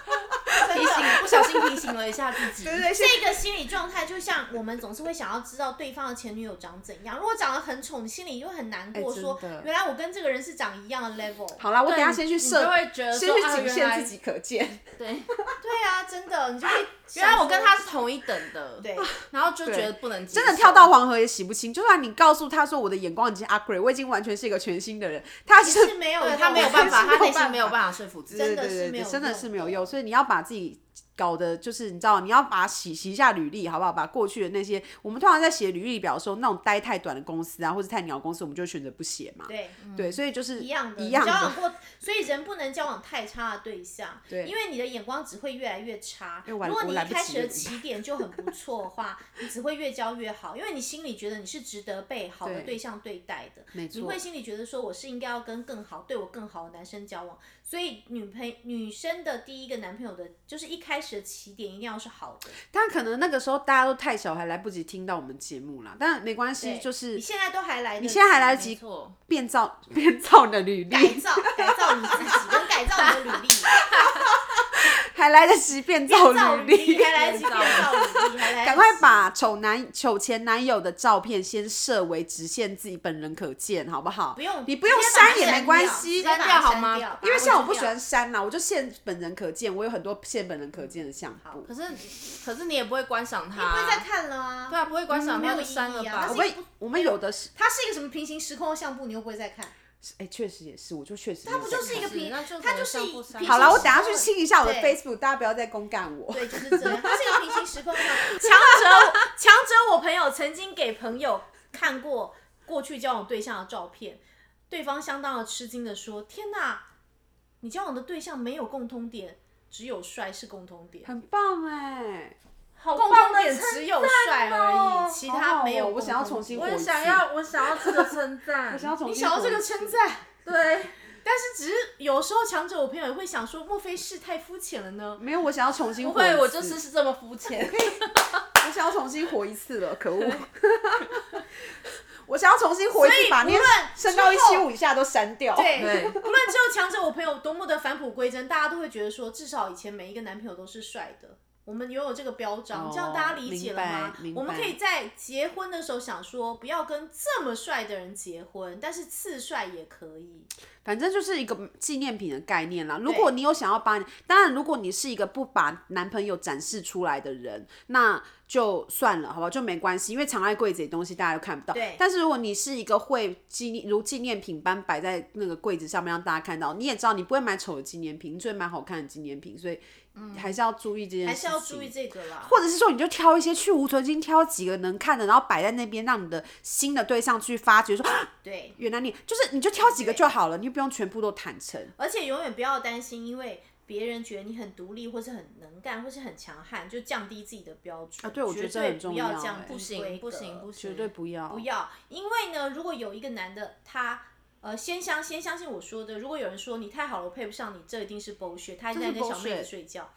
提醒，不小心提醒了一下自己。
[laughs] 对对，先
这个心理状态就像我们总是会想要知道对方的前女友长怎样，如果长得很丑，你心里就会很难过，
哎
说
真的
原来我跟这个人是长一样的 level。
好啦，我等一下
你
先去
你
设
就会觉，得
先
说
去
啊
仅
原
限
来
自己可见。
对，
对啊，真的，你
[laughs]
就会
原来我跟他
想
是同一等的。
说对， [laughs]
然后就觉得不能接受
真的跳到黄河也洗不清，就算你告诉他说我的眼光已经 upgrade，我已经完全是一个全新的人，他还
是
是
没有
对
用
他没有办法，
没有
[laughs]
他内
办法
心没有办法说服自己。
真
对
的
对
是
对
没
对，
有
真的
用
是没有
的
用，所以你要把自己搞的，就是你知道，你要把它洗洗一下履历，好不好？把过去的那些，我们通常在写履历表的时候，那种待太短的公司啊，或者太鸟公司，我们就选择不写嘛。
对。
嗯
对，所以就是
一样的，
一样
你交
的
往。过，所以人不能交往太差的对象，
对
因为你的眼光只会越来越差。
哎
如
我
果
我
你一
来不
开
及
始
了
的起点就很不错的话，你只会越交越好，因为你心里觉得你是值得被好的
对
对象对待的，
没
你
错
会心里觉得说我是应该要跟更好、对我更好的男生交往。所以女朋女生的第一个男朋友的，就是一开始的起点一定要是好的。
但可能那个时候大家都太小，还来不及听到我们节目啦。但没关系，
对
就是
你现在都还来得及，你
现在还来得及
没错，
变造 [laughs] 变造的履
改
历，
造改造你自己，跟改造你的履历。
还来得及变造
造
履 [laughs] 历。
还来得及，造履历还来得及，
赶快把丑男、丑前男友的照片先设为只限自己本人可见，好不好？
不用，
你不用删也没关系
直接把它
删掉好
删
吗
掉
因为
把它
像我不
删
喜
掉
欢删啦，我就现本人可见，我有很多现本人可见的相簿。
嗯
可是可是你也不会观赏他，
不会再看了啊。
对啊，不会观赏
没
他
有
就
意义
删了
啊
吧。
我
它
我
是
们
们我们有的是，
它是一个什么平行时空的相簿，你又不会再看。
哎，确实也是，我就确实它
不就是一个平
那就
它
可能
就是
上
一
不上
平
好
行
了，我
时
等下
空
去
的
清一下我的
对
Facebook，大家不要再公干我。
对，就是这样。它是一个平行时空的相簿。强者，强者，我朋友曾经给朋友看过过去交往对象的照片，对方相当的吃惊的说：“天哪，你交往的对象没有共通点，只有帅是共通点。”
很棒哎、
好
共
棒
同
的
点
只有帅而
哦
已，其
好
他
好
没有
哦
共
我
同点。
想要重新活
我也
一
想
次
要，我想要这个称赞，我
想要重
你
新
想要
活
这
一
个
次
称赞，
对，
[laughs] 但是只是有时候强者，我朋友也会想说，莫非是太肤浅了呢？
没有，我想要重新
不
活一
会，
次。
我就是是这么肤浅。
我想要重新活一次了，可
[laughs]
恶！ [laughs] 我想要重新活一
所
次，
以
把那些
无论
身高一
之
七
后
五以下都删掉。
[laughs] 对， [laughs] 不论之后强者，我朋友多么的返璞归真，大家都会觉得说，至少以前每一个男朋友都是帅的。我们拥有这个标章，
哦
这样大家理解了吗
明白明？白
我们可以在结婚的时候想说，不要跟这么帅的人结婚，但是次帅也可以。
反正就是一个纪念品的概念啦。如果你有想要把你，当然，如果你是一个不把男朋友展示出来的人，那就算了，好吧，就没关系，因为藏在柜子里的东西大家都看不到。
对
但是如果你是一个会纪念如纪念品般摆在那个柜子上面让大家看到，你也知道你不会买丑的纪念品，你只会买好看的纪念品，所以还是要注意这件事情。
还是要注意这个啦。
或者是说，你就挑一些去无存金，挑几个能看的，然后摆在那边，让你的新的对象去发掘说，啊
对，
原来你就是你就挑几个就好了，你不用全部都坦诚。
而且永远不要担心，因为别人觉得你很独立，或是很能干，或是很强悍，就降低自己的标
啊
准。
对我觉得这
绝
很重
不要
要
这样
欸
不
不行不行不行，
绝对不要，不
不，要，因为呢，如果有一个男的他。呃，先相先相信我说的。如果有人说你太好了，我配不上你，这一定是 bullshit。他在
是
跟小妹
bullshit
子睡觉。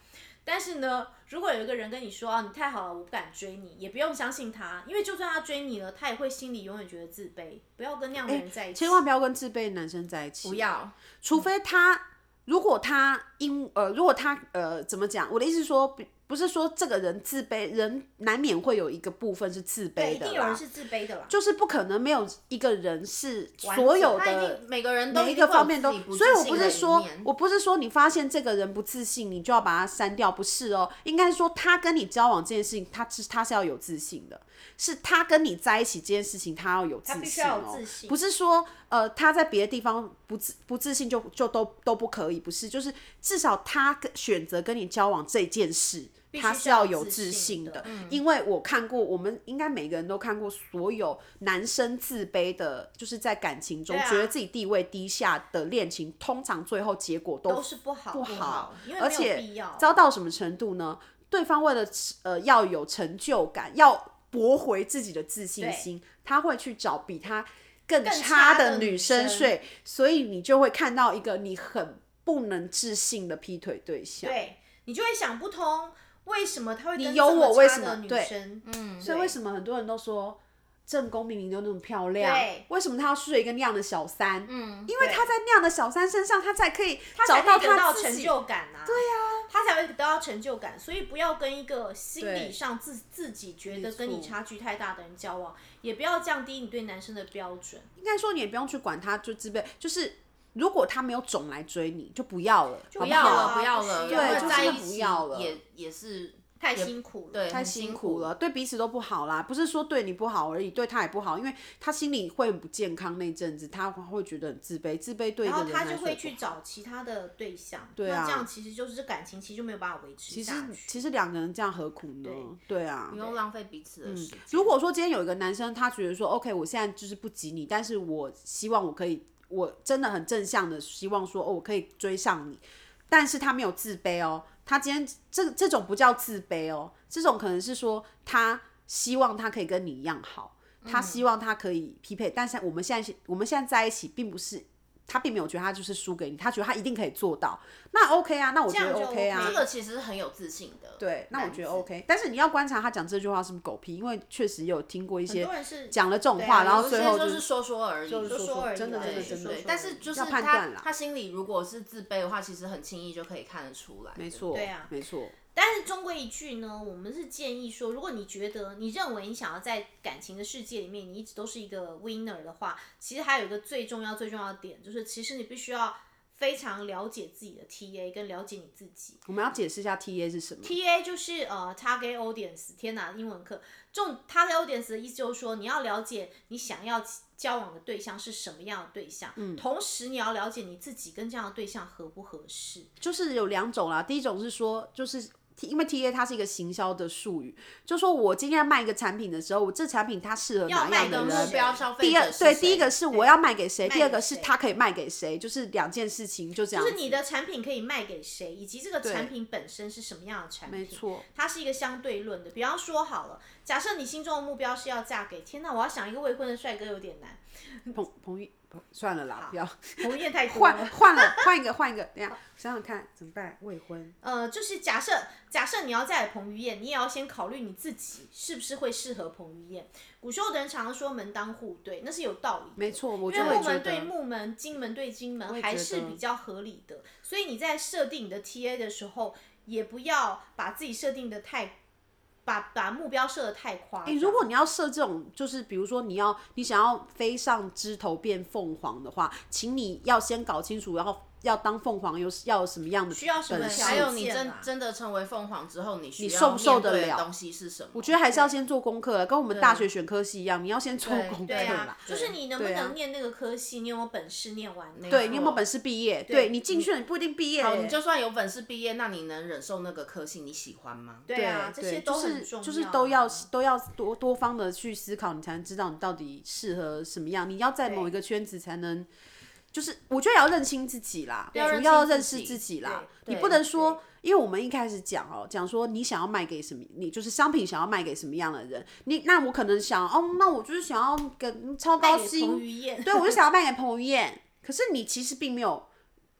但是呢，如果有一个人跟你说啊，你太好了，我不敢追你，也不用相信他，因为就算他追你了，他也会心里永远觉得自卑。不要跟那样的人在一起。
千万不要跟自卑的男生在一起，
不，要，
除非他如果他因呃如果他呃怎么讲，我的意思是说，不不是说这个人自卑，人难免会有一个部分是自
对，
卑
一
的
定有人
啦。
是自卑的啦。
就是不可能没有一个人是
完
所
整
有
他一
的
定每个人都
每一
定
个
会有
方面都，
自己
所以我
自
不
信的
是
一
说
面，
我不是说你发现这个人不自信，你就要把他删掉，不是哦。应该说他跟你交往这件事情，他是他是要有自信的，是他跟你在一起这件事情，他要有自
他必须
信
要有
哦
自，信
不是说呃他在别的地方不自不自信就就都都不可以，不是，就是至少他跟选择跟你交往这件事。他
须
是
是
要
要有
有
自
自
信
信
的嗯
的，因为我看过，我们应该每个人都看过所有男生自卑的，就是在感情中
对啊
觉得自己地位低下的恋情，通常最后结果都
都是不好，不
不好
因为
而
没有
且
必要。
遭到什么程度呢？对方为了呃要有成就感，要驳回自己的自信心，他会去找比他更
更
差
差的
女
女
生
生
睡，所以你就会看到一个你很不能置信的劈腿对象。
对你就会想不通，为什么他会跟
有
这么
我为
差
什
的
么
女
对
生？嗯，
所以为什么很多人都说正宫明明就那么漂亮
对，
为什么她要睡一个那样的小三？
嗯，
因为她在那样的小三身上，她才可以
才
找到
可以得到
她自
成
己。
就感啊？对呀、他才会得到成就感，所以不要跟一个心
对
理上自自己觉得
没错
跟你差距太大的人交往，也不要降低你对男生的标准。
应该说你也不用去管她，就自卑，就是。如果她没有种来追你，就不要了，
不
好
不
要
要
好
不需要
了，不要了，
对
因为
就
在
真
一
的不
起
要了
也也是
太辛苦了，
对，
太
很
辛
辛
苦了，。对彼此都不好啦。不是说对你不好而已，对他也不好，因为他心里会很不健康那一阵子，他会觉得很自卑，自卑对一个
然后
人
他
来
就
说
会
不
去
好。
找其他的对象，
对啊
那这样其实就是感情其实就没有办法维持
其实
下去。
其实两个人这样何苦呢？对啊
不。用浪费彼此的时间。
嗯如果说今天有一个男生，他觉得说，OK，我现在就是不及你，但是我希望我可以，我真的很正向的希望说，哦，我可以追上你，但是他没有自卑哦，他今天这这种不叫自卑哦，这种可能是说他希望他可以跟你一样好，他希望他可以匹配，但是我们现在是我们现在在一起，并不是。他并没有觉得他就是输给你，他觉得他一定可以做到，那 OK 啊，那我觉得
这样就
OK 啊，
OK
这个其实很有自信的，
对，那我觉得
男子
OK，但是你要观察他讲这句话是不是狗屁，因为确实有听过一
很
些哦
多人是
讲了这种
对啊
话，然
有
后
一
有
最
些
后
就是说说而已，
就是
说
说
而已
真的
啦
真的
对
真的
说
对
说，
但
而
是
已
就是
要判
他
断啦
他心里如果是自卑的话，其实很轻易就可以看得出来的。
没错，
对啊
没错，
但是终归一句呢，我们是建议说，如果你觉得你认为你想要在感情的世界里面，你一直都是一个 winner 的话，其实还有一个最重要最重要的点，就是其实你必须要非常了解自己的 TA 跟了解你自己。
我们要解释一下 TA 是什么。
TA 就是呃 target audience，天哪，英文课重 target audience 的意思就是说，你要了解你想要交往的对象是什么样的对象，
嗯
同时你要了解你自己跟这样的对象合不合适。
就是有两种啦。第一种是说，就是 T- 因为 TA 它是一个行销的术语，就说我今天卖一个产品的时候，我这产品它适合哪样
卖给
的
目
人。
标
消费
第二，
者是
对，
谁
第一个是我要卖给谁，
卖
第二个
给
是
谁
它可以卖给谁，就是两件事情，就这样
就
子。
是你的产品可以卖给谁，以及这个产品本身是什么样的产品。
没错，
它是一个相对论的。比方说好了，假设你心中的目标是要嫁给，天哪，我要想一个未婚的帅哥有点难，
彭彭于彭算了啦，不要
我们也太多
换
了。
换了，换一个，换一个，等一下想想看怎么办？未婚，
呃，就是假设假设你要嫁给彭于晏，你也要先考虑你自己是不是会适合彭于晏。古时候的人常常说门当户对，那是有道理的。
没错，我就
因为
会
木
觉
门对
得，
木门，金门对金
我也觉
门，还
得
是比较合理的。所以你在设定你的 TA 的时候，也不要把自己设定的太，把把目标设的太夸张。
诶如果你要设这种，就是比如说你要你想要飞上枝头变凤凰的话，请你要先搞清楚，然后要当凤凰有要有什么样的
需要什么
本
条
事啊
件
还有你
是
真
啦
真的成为凤凰之后，你需
你
要
受不受
面
得
对的
了
东西是什么？我
我觉得还是要先做功课，啊跟我们大学选科系一样，你要先做
对
功课
对啊
啦，。
对
就是你能不
对啊
能念那个科系，你有没有本事念完？
对
没
你有没有
错
本事毕业？
对
对你进去了，你不一定毕业耶。
你就算有本事毕业，那你能忍受那个科系？你喜欢吗？
对啊，这
对
些都很重
就
要啊、
是就是都要都要多多方的去思考，你才能知道你到底适合什么样。你要在某一个圈子才能，就是我觉得也要认清自己啦，主
要认清
要
自
认识
己
自己啦。
对
你
对
不能说
对，
因为我们一开始讲哦、讲说你想要卖给什么，你就是商品想要卖给什么样的人，你那我可能想哦，那我就是想要跟超高
卖给彭
薪，
于晏，
对我就想要卖给彭于晏。可是你其实并没有，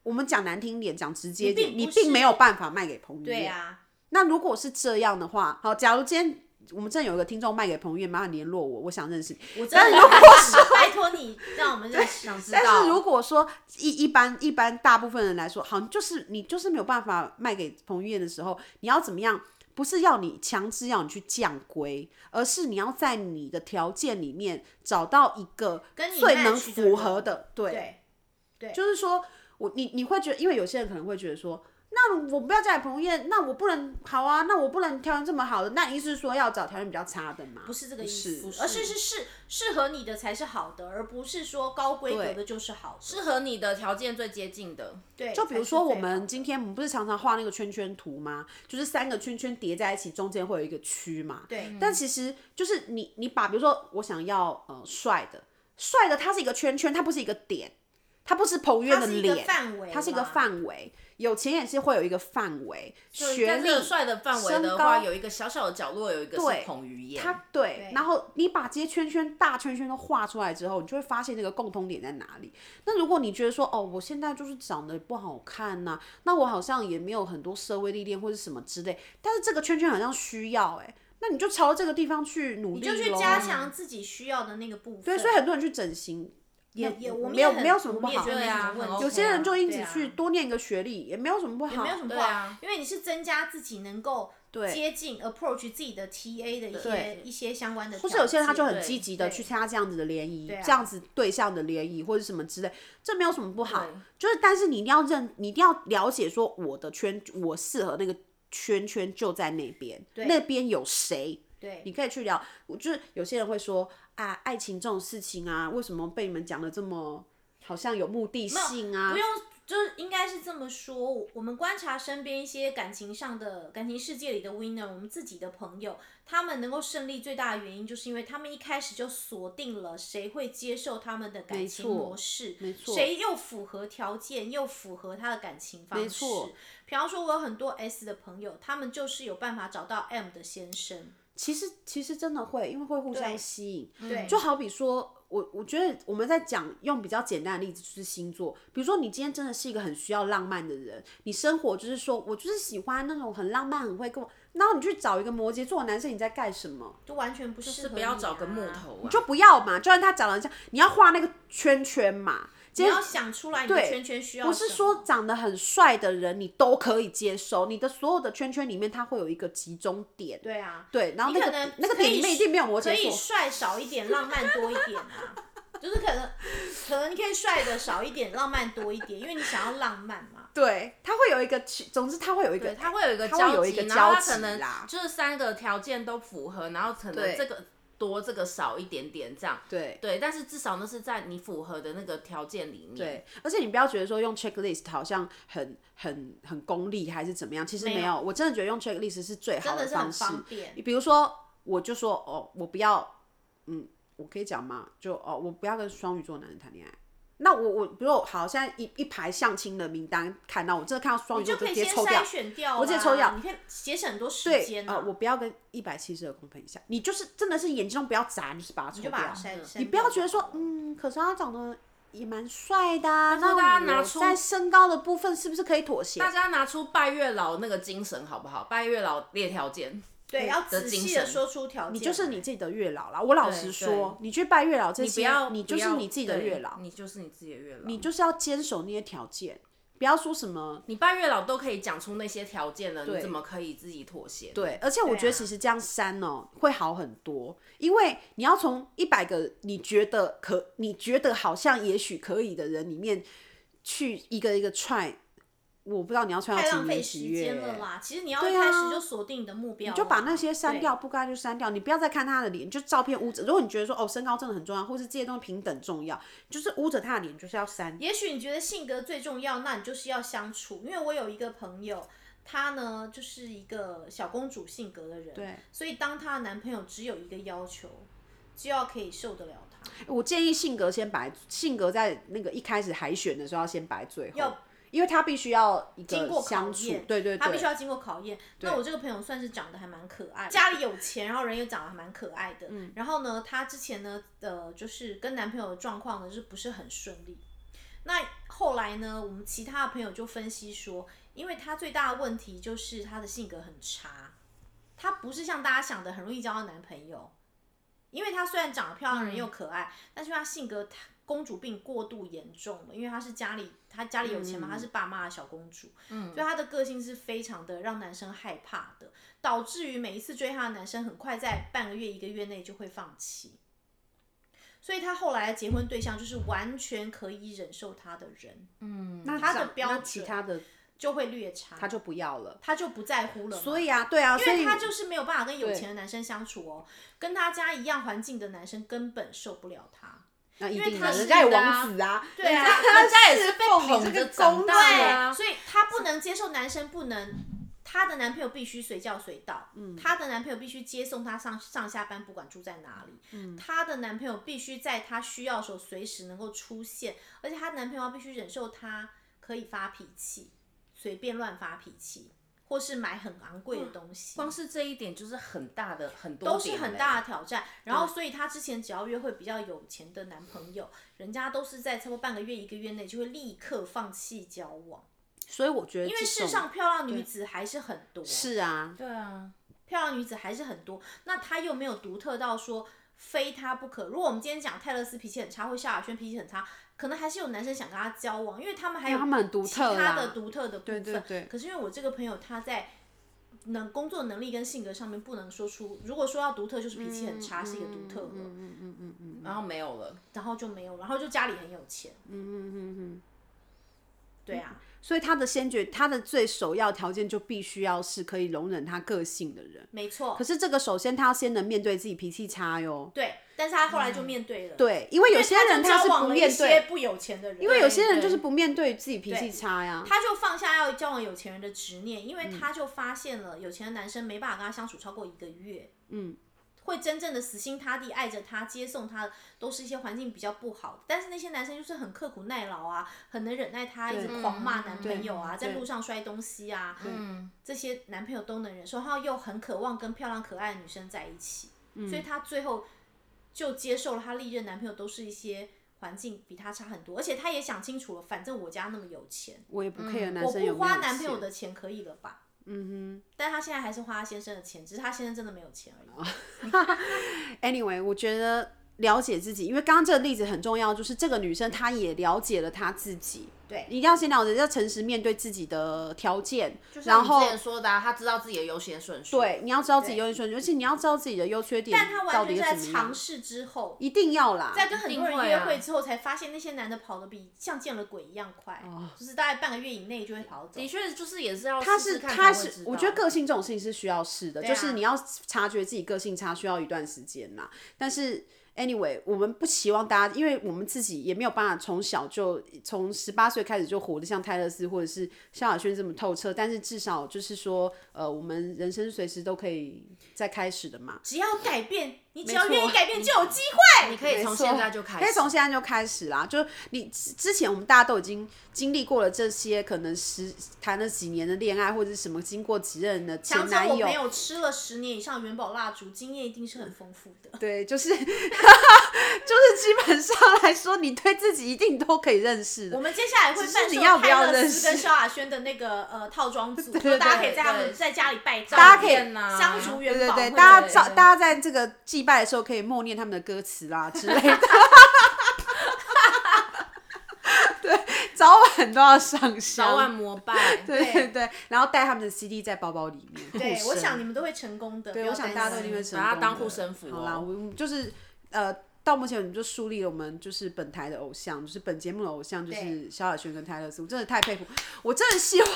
我们讲难听点，讲直接一点，
并
你
不
并
是
没有办法卖给彭于
对
晏。
啊，
[laughs] 那如果是这样的话，好，假如今天我们真的有一个听众卖给彭于晏，麻烦联络我，我想认识你。
我真的如果是拜托
[laughs]
你让我们认识，
想知道。
但是如果说一一般一般大部分人来说，好，就是你就是没有办法卖给彭于晏的时候，你要怎么样？不是要你强制要你去降规，而是你要在你的条件里面找到一个
跟你
最
match
能
的
符
人
合的，对，
对
就是说我你你会觉得，因为有些人可能会觉得说，那我不要嫁给彭于晏，那我不能好啊，那我不能条件这么好的，那意思是说要找条件比较差的嘛？
不是这个意
不
思，
是
而是是适适合你的才是好的，而不是说高规格的就是好的。
适合你的条件最接近的，
对，
就比如说，我们今
今
天我们不是常常画那个圈圈图吗？就是三个圈圈叠在一起，中间会有一个区嘛。
对
嗯
但其实就是你，你把比如说我想要呃帅的，帅的它是一个圈圈，它不是一个点，它不是彭于晏
它
的
是一个
脸，
范围
它是一个
嘛
范围。有钱也是会有一个范围，
所以
学
在
历
这个帅的范围
身
的
高
话，有一个小小的角落，有一个
对
是彭于晏。
他对，
对
然后你把这些圈圈、大圈圈都画出来之后，你就会发现那个共通点在哪里。那如果你觉得说，哦，我现在就是长得不好看呐、那我好像也没有很多社会历练或者什么之类，但是这个圈圈好像需要哎、那你就朝这个地方去努
你
嗯
力
就去
咯
加强自己需要的那个部分。
对，所以很多人去整形也
也我们
没有
也很
没有什么不
我们也
好
觉，得
对啊
没什么问
很
题
有
有些人就因此
对啊
去多念一个学历，也没有什么不好，
没有什么不
对
好，
啊
因为你是增加自己能够接近 approach 自己的 TA 的一些
对
一些相关的条件，
或
不
是有些人他就很
对
积极的
对
去参加这样子的联谊，
啊
这样子对象的联谊或者什么之类，这没有什么不好
对。
就是，但是你一定要认，你一定要了解说我的圈，我适合那个圈圈就在那边，那边有谁，
对
你可以去聊。我就是有些人会说啊，爱情这种事情啊，为什么被你们讲的这么好像有目的性啊
不？用，就是应该是这么说。我我们观察身边一些感情上的感情世界里的 winner，我们自己的朋友，他们能够胜利最大的原因，就是因为他们一开始就锁定了谁会接受他们的感情
没错
模式，
没错
谁又符合条件，又符合他的感情方式。
没错
比方说，我有很多 S 的朋友，他们就是有办法找到 M 的先生。
其实其实真的会，因为会互相吸引。
嗯
对，嗯
就好比说，我我觉得我们在讲用比较简单的例子，就是星座。比如说，你今天真的是一个很需要浪漫的人，你生活就是说我就是喜欢那种很浪漫、很会跟我。然后你去找一个摩羯座的男生，你在干什么？
就完全不适合、
是不要找个木。头啊，
就不要嘛，就算他长得像，你要画那个圈圈嘛。
你
今天
要想出来你的圈圈需要
不
什
是
么
说长得很帅的人你都可以接受，你的所有的圈圈里面，它会有一个集中点。
对啊，
对，然后
你
那
可
个
能
那个
可
点
以
里面一定没有摩羯
可以
座。
帅少一点，浪漫多一点啊。就是可能，可能你可以帅的少一点，浪漫多一点，因为你想要浪漫嘛。
对，它会有一个区，总之它会有一个
对，，他会有一个
它会有
交
一个
集，然后
交
他
集
可能
啦
就是三个条件都符合，然后可
对
能这个多这个少一点点这样。
对
对，但是至少那是在你符合的那个条件里面。
对，而且你不要觉得说用 checklist 好像很很很功利还是怎么样，其实没
没
有，
有
我真的觉得用 checklist 是最好
真的是
方
很
式。
方便
你比如说，我就说哦，我不要，嗯，我可以讲嘛，就哦，我不要跟双鱼座男人谈恋爱。那我我比如我好，现在一一排相亲的名单看到，我真的看到双鱼
你
座
就可
直
以
接
先
抽掉
筛。选掉啊，
我直接抽掉
你可以节省很多时
对，
间
啊、
啊。
我不要跟一百七十二公分以下，你就是真的是眼睛中不要眨，你就是把它抽
你就
掉。
把它筛筛，
你不要觉得说，嗯，可是他长得也蛮帅的、啊，那
是大家
我
拿出
在身高的部分是不是可以妥协？
大家拿出拜月老那个精神好不好？拜月老列条件，
对，要
的
仔
精
细的
神
说出条件来。
你就是你自己的月老啦。我老实
对
说，你去拜月老这
你不
些，
要，不
就是
要
你自己的
对
月老，
你就是你自己的月老。
你就是要坚守那些条件，不要说什么。
你拜月老都可以讲出那些条件了，
对
你怎么可以自己妥协？
对，，而且我
对
觉得
啊
其实这样删哦、会好很多，因为你要从一百个你觉得可你觉得好像也许可以的人里面去一个一个踹，我不知道你要踹
太
到
浪
几
费
年几
时
月
间了啦。其实你要
对
一
啊
开始就锁定你的目标啊，
你就把那些删
对
掉，不该就删掉，你不要再看他的脸，你就照片污者。如果你觉得说哦身高真的很重要，或是这些东西平等重要，就是污者他的脸就是要删。
也许你觉得性格最重要，那你就是要相处。因为我有一个朋友，她呢就是一个小公主性格的人，
对，
所以当她的男朋友只有一个要求，就要可以受得了她，
我建议性格先摆，性格在那个一开始海选的时候要先摆最后
要，
因为他必须要一
经
个
过
相
考
处
验，，
对对
她必须
对，
要经过考验。那我这个朋友算是长得还蛮可爱，家里有钱，然后人也长得还蛮可爱的。
嗯
然后呢，她之前呢，呃，就是跟男朋友的状况呢，是不是很顺利？那后来呢，我们其他的朋友就分析说，因为她最大的问题就是她的性格很差，她不是像大家想的很容易交到男朋友，因为她虽然长得漂亮，人又可爱，
嗯
但是因为她性格她公主病过度严重了，因为她是家里她家里有钱
嗯
嘛，她是爸妈的小公主，所以她的个性是非常的让男生害怕的，导致于每一次追她的男生很快在半个月一个月内就会放弃。所以她后来的结婚对象就是完全可以忍受她的人，
嗯
那
他的
长
标
那
准
其他的
就会略差，
他就不要了。
她就不在乎了嘛。
所以啊，对啊，所以
他就是没有办法跟有钱的男生相处哦，跟他家一样环境的男生根本受不了他。
那一
因为
定
他
的，
是
人家有
的啊
王子啊，
对啊
人家
人家也是被
奉你
捧
这个
着长
公
大
主
的啊
所以他不能接受男生不能，她的男朋友必须随叫随到，她的男朋友必须接送她上上下班，不管住在哪里，她的男朋友必须在她需要的时候随时能够出现，而且她男朋友必须忍受她可以发脾气，随便乱发脾气，或是买很昂贵的东西，
光是这一点就是很大的很多
都是
点
很
嘞
大的挑战。然后，所以她之前只要约会比较有钱的男朋友，人家都是在差不多半个月、一个月内就会立刻放弃交往，
所以我觉得因
因为世上漂亮女子还是很多。是
是啊，
对啊，
漂亮女子还是很多，那她又没有独特到说非她不可。如果我们今天讲泰勒斯脾气很差，或萧亚轩脾气很差，可能还是有男生想跟她交往，因为他们还有
他们很独
其
特
他
啦
的独特的部分。
对对
可是因为我这个朋友他在能工作能力跟性格上面不能说出，如果说要独特，就是脾气很差、是一个独
嗯
特的，
然后没有了，
然后就没有，然后就家里很有钱。嗯嗯嗯嗯，对啊。
所以他的先决，他的最首要条件就必须要是可以容忍他个性的人。
没错
可，是这个首先他要先能面对自己脾气差哟。
对，但是他后来就面对了，
嗯对，因为有些人
他
是
就交
不
往了一
面
些
对，
不有钱的人，
因为有些人
对
就是不面对自己脾气
对
差呀。
他就放下要交往有钱人的执念，因为他就发现了有钱的男生没办法跟他相处超过一个月，嗯，会真正的死心塌地爱着他、接送他，都是一些环境比较不好的。但是那些男生就是很刻苦耐劳啊，很能忍耐他，一直狂骂男朋友啊，在路上摔东西啊，
嗯，
这些男朋友都能忍受，然后又很渴望跟漂亮可爱的女生在一起，所以她最后就接受了她历任男朋友都是一些环境比她差很多，而且她也想清楚了，反正我家那么有钱，
我也不 care 男
嗯我
生有没有
不花男
钱
朋友的钱可以了吧？嗯哼，但她现在还是花她先生的钱，只是她先生真的没有钱而
哦
已。
Anyway，我觉得了解自己，因为刚刚这个例子很重要，就是这个女生她也了解了她自己。
对
一定要先了解，要诚实面对自己的条件，
像
然
你
后
之前说的、啊，他知道自己的优先顺序，，
对，你要知道自己优先顺序，而且你要知道自己的优缺点
但她
到
完
底
全
是
是
怎
在
么
尝
样，
试之后，
一定要啦。
在跟很多
一定
人
会
约
啊
会之后，才发现那些男的跑得比像见了鬼一样快，
哦
就是大概半个月以内就会跑走
的。确就是也是要
他
试
是
试看
他
才会
是
知，
我觉得
道
个性这种事情是需要试的，
对
就
啊
是你要察觉自己个性差需要一段时间啦。但是 anyway，我们不期望大家，因为我们自己也没有办法从小就从十八岁开始就活得像泰勒斯或者是萧亚轩这么透彻，但是至少就是说，呃，我们人生随时都可以再开始的嘛。
只要改变，你只
没
要
错
愿意改变就有机会。
你可以从现在就开始，
可以从现在就开始啦。就你之之前我们大家都已经经历过了这些，可能十谈了几年的恋爱或者是什么，经过几任的前
强
男
者我
友，
朋友吃了十年以上元宝蜡烛，经验一定是很丰富
[laughs]
的。
对，就是就是基本上来说，你对自己一定都可以认识
我
的。
们接下来会贩
只是
售
你要不要
泰勒
认
斯
识
跟萧亚轩的那个呃套装
[laughs]
组，
对
就大家可以
对
在他们
对
在家里拜
大家
家
可以啊
呐，
香烛
对
元
对
宝，
对，
或者
大家
对
早
对
大家在这个祭拜的时候可以默念他们的歌词啦之类的。 [laughs] 对，早晚都要上香。
早晚膜拜，对，
对对对，然后带他们的 CD 在包包里面。
对，我想你
们，
们都会成功的。
对，
不要
我想
担
大家都一
心
定会成功的。
把它当护身符哦
好啦，我我就是呃，到目前我们就树立了我们就是本台的偶像，就是本节目的偶像，就是
对
萧亚轩跟泰勒斯，我真的太佩服，我真的希望，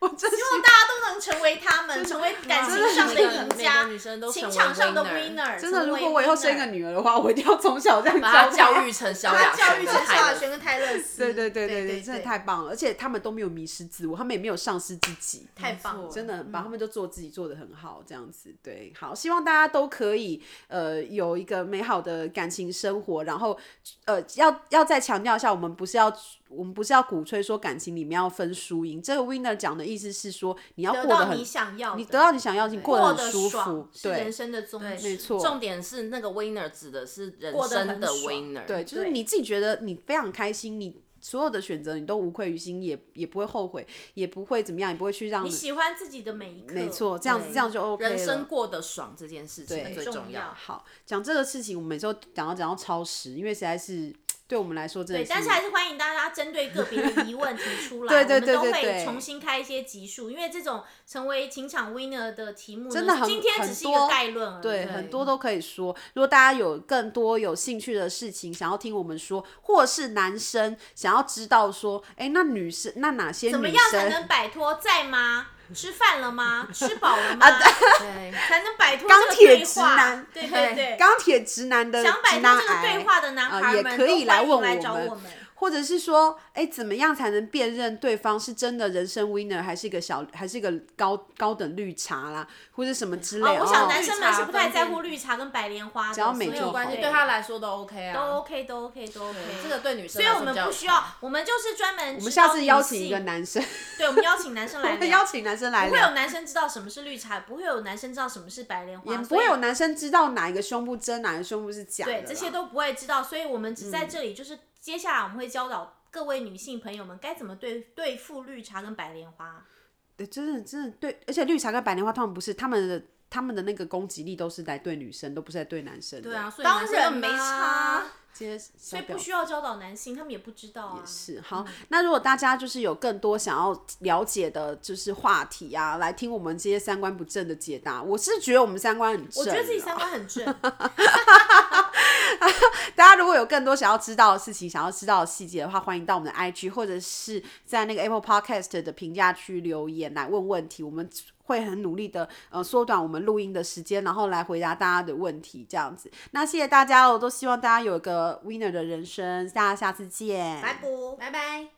我真的希
希望大家都能成为他们，成为感情上的赢
每个
家
女生都，成为
情场上的
winner
winner。
真的，如果我
我
以后生一个，女儿的话，我一定要从小这样
把他
教她
啊教。育成萧
把
亚
她
轩，
教育成萧亚
泰勒
轩跟泰勒斯。
对对对
对
对对，真的太棒了！而且他们都没有迷失自我，他们也没有丧失自己，
太棒了，嗯
真的把他们就做自己做的很好，这样子对，好，希望大家都可以呃有一个美好的感情生活，然后呃要要再强调一下，我们不是要我们不是要鼓吹说感情里面要分输赢，这个 winner 讲的意思是说你要
得
过得
到
很
你，想要的，
你得到你想要，你过
过
得
得
很舒服
爽，是人
对
生的宗旨，
没
错
重点是那个 winner 指的是人
过得
生
很
的
爽
winner，
对，就是
对
你自己觉得你非常开心，你所有的选择你都无愧于心，也也不会后悔，也不会怎么样，也不会去让
你喜欢自己的每一刻，
没错，这样子
对
这样就 OK 了。
嗯人生过得爽这件事情
对
最
重要
要。
好，讲这个事情，我们每周讲到讲到超时，因为实在是对我们来说真的
对，
是，
但是还是欢迎大家针对个别的疑问提出来，
对 [laughs] 对对
我
对
们都
对
会重新开一些集数，因为这种成为情场 winner 的题目呢，
真的很
今天只是一个概论而已，
对
对
很多都可以说。如果大家有更多有兴趣的事情想要听我们说，或是男生想要知道说，哎、那女生那哪些
怎么
女
样才
生
能摆脱在吗？吃饭
[laughs]
了吗？吃饱了吗？
[laughs] 对，
才能摆脱
啊钢
这个
铁
对
直
话
男
对对对，
钢铁直男的
想
直
摆脱
男
这个
癌
对话的男
啊
孩
也
们，
可
都
以来
欢迎
问
来
我
找
们哦
我们。
或者是说，哎，怎么样才能辨认对方是真的人生 winner 还是一个小还是一个高高等绿茶啦，或者什么之类
哦，我想
哦
男生们是不太在乎
绿
绿茶跟白莲花的，
只要美
所以
就
没有
好
关系，
对
对他来说都 OK 啊，
都 OK 都 OK 都 OK。
这个对女生
所以
来
我
说比较有差，
们不需要，我们就是专门我
我们下次邀请一个，男生，
对，我们邀请男生来
[laughs]
聊
邀。请男生来
啊不会有
聊，
男生知道什么是绿茶，不会有男生知道什么是白莲花，
啊不会
所
有
以
男生知道哪一个胸部真，哪个胸部是假的啦，
对这些都不会知道，所以我们只在
嗯
这里，就是接下来我们会教导各位女性朋友们该怎么对对付绿茶跟白莲花。
对，真的真的对，而且绿茶跟白莲花通常不是他们的他们的那个攻击力都是来对女生，都不是来对男生的。
对啊，所以
当
男生
然
根本
啦
没差。啊
今天所
所以不需要教导男性，他们也不知道啊。
是好，那如果大家就是有更多想要了解的，就是话题啊，来听我们这些三观不正的解答。我是觉得我们三观很正啊，
我觉得自己三观很正，
[laughs]
大家如果有更多想要知道的事情，想要知道的细节的话，欢迎到我们的 IG 或者是在那个 Apple Podcast 的评价区留言来问问题，我们会很努力的呃缩短我们录音的时间，然后来回答大家的问题，这样子。那谢谢大家哦，我都希望大家有一个 winner 的人生，大家下次见，
拜不，拜拜。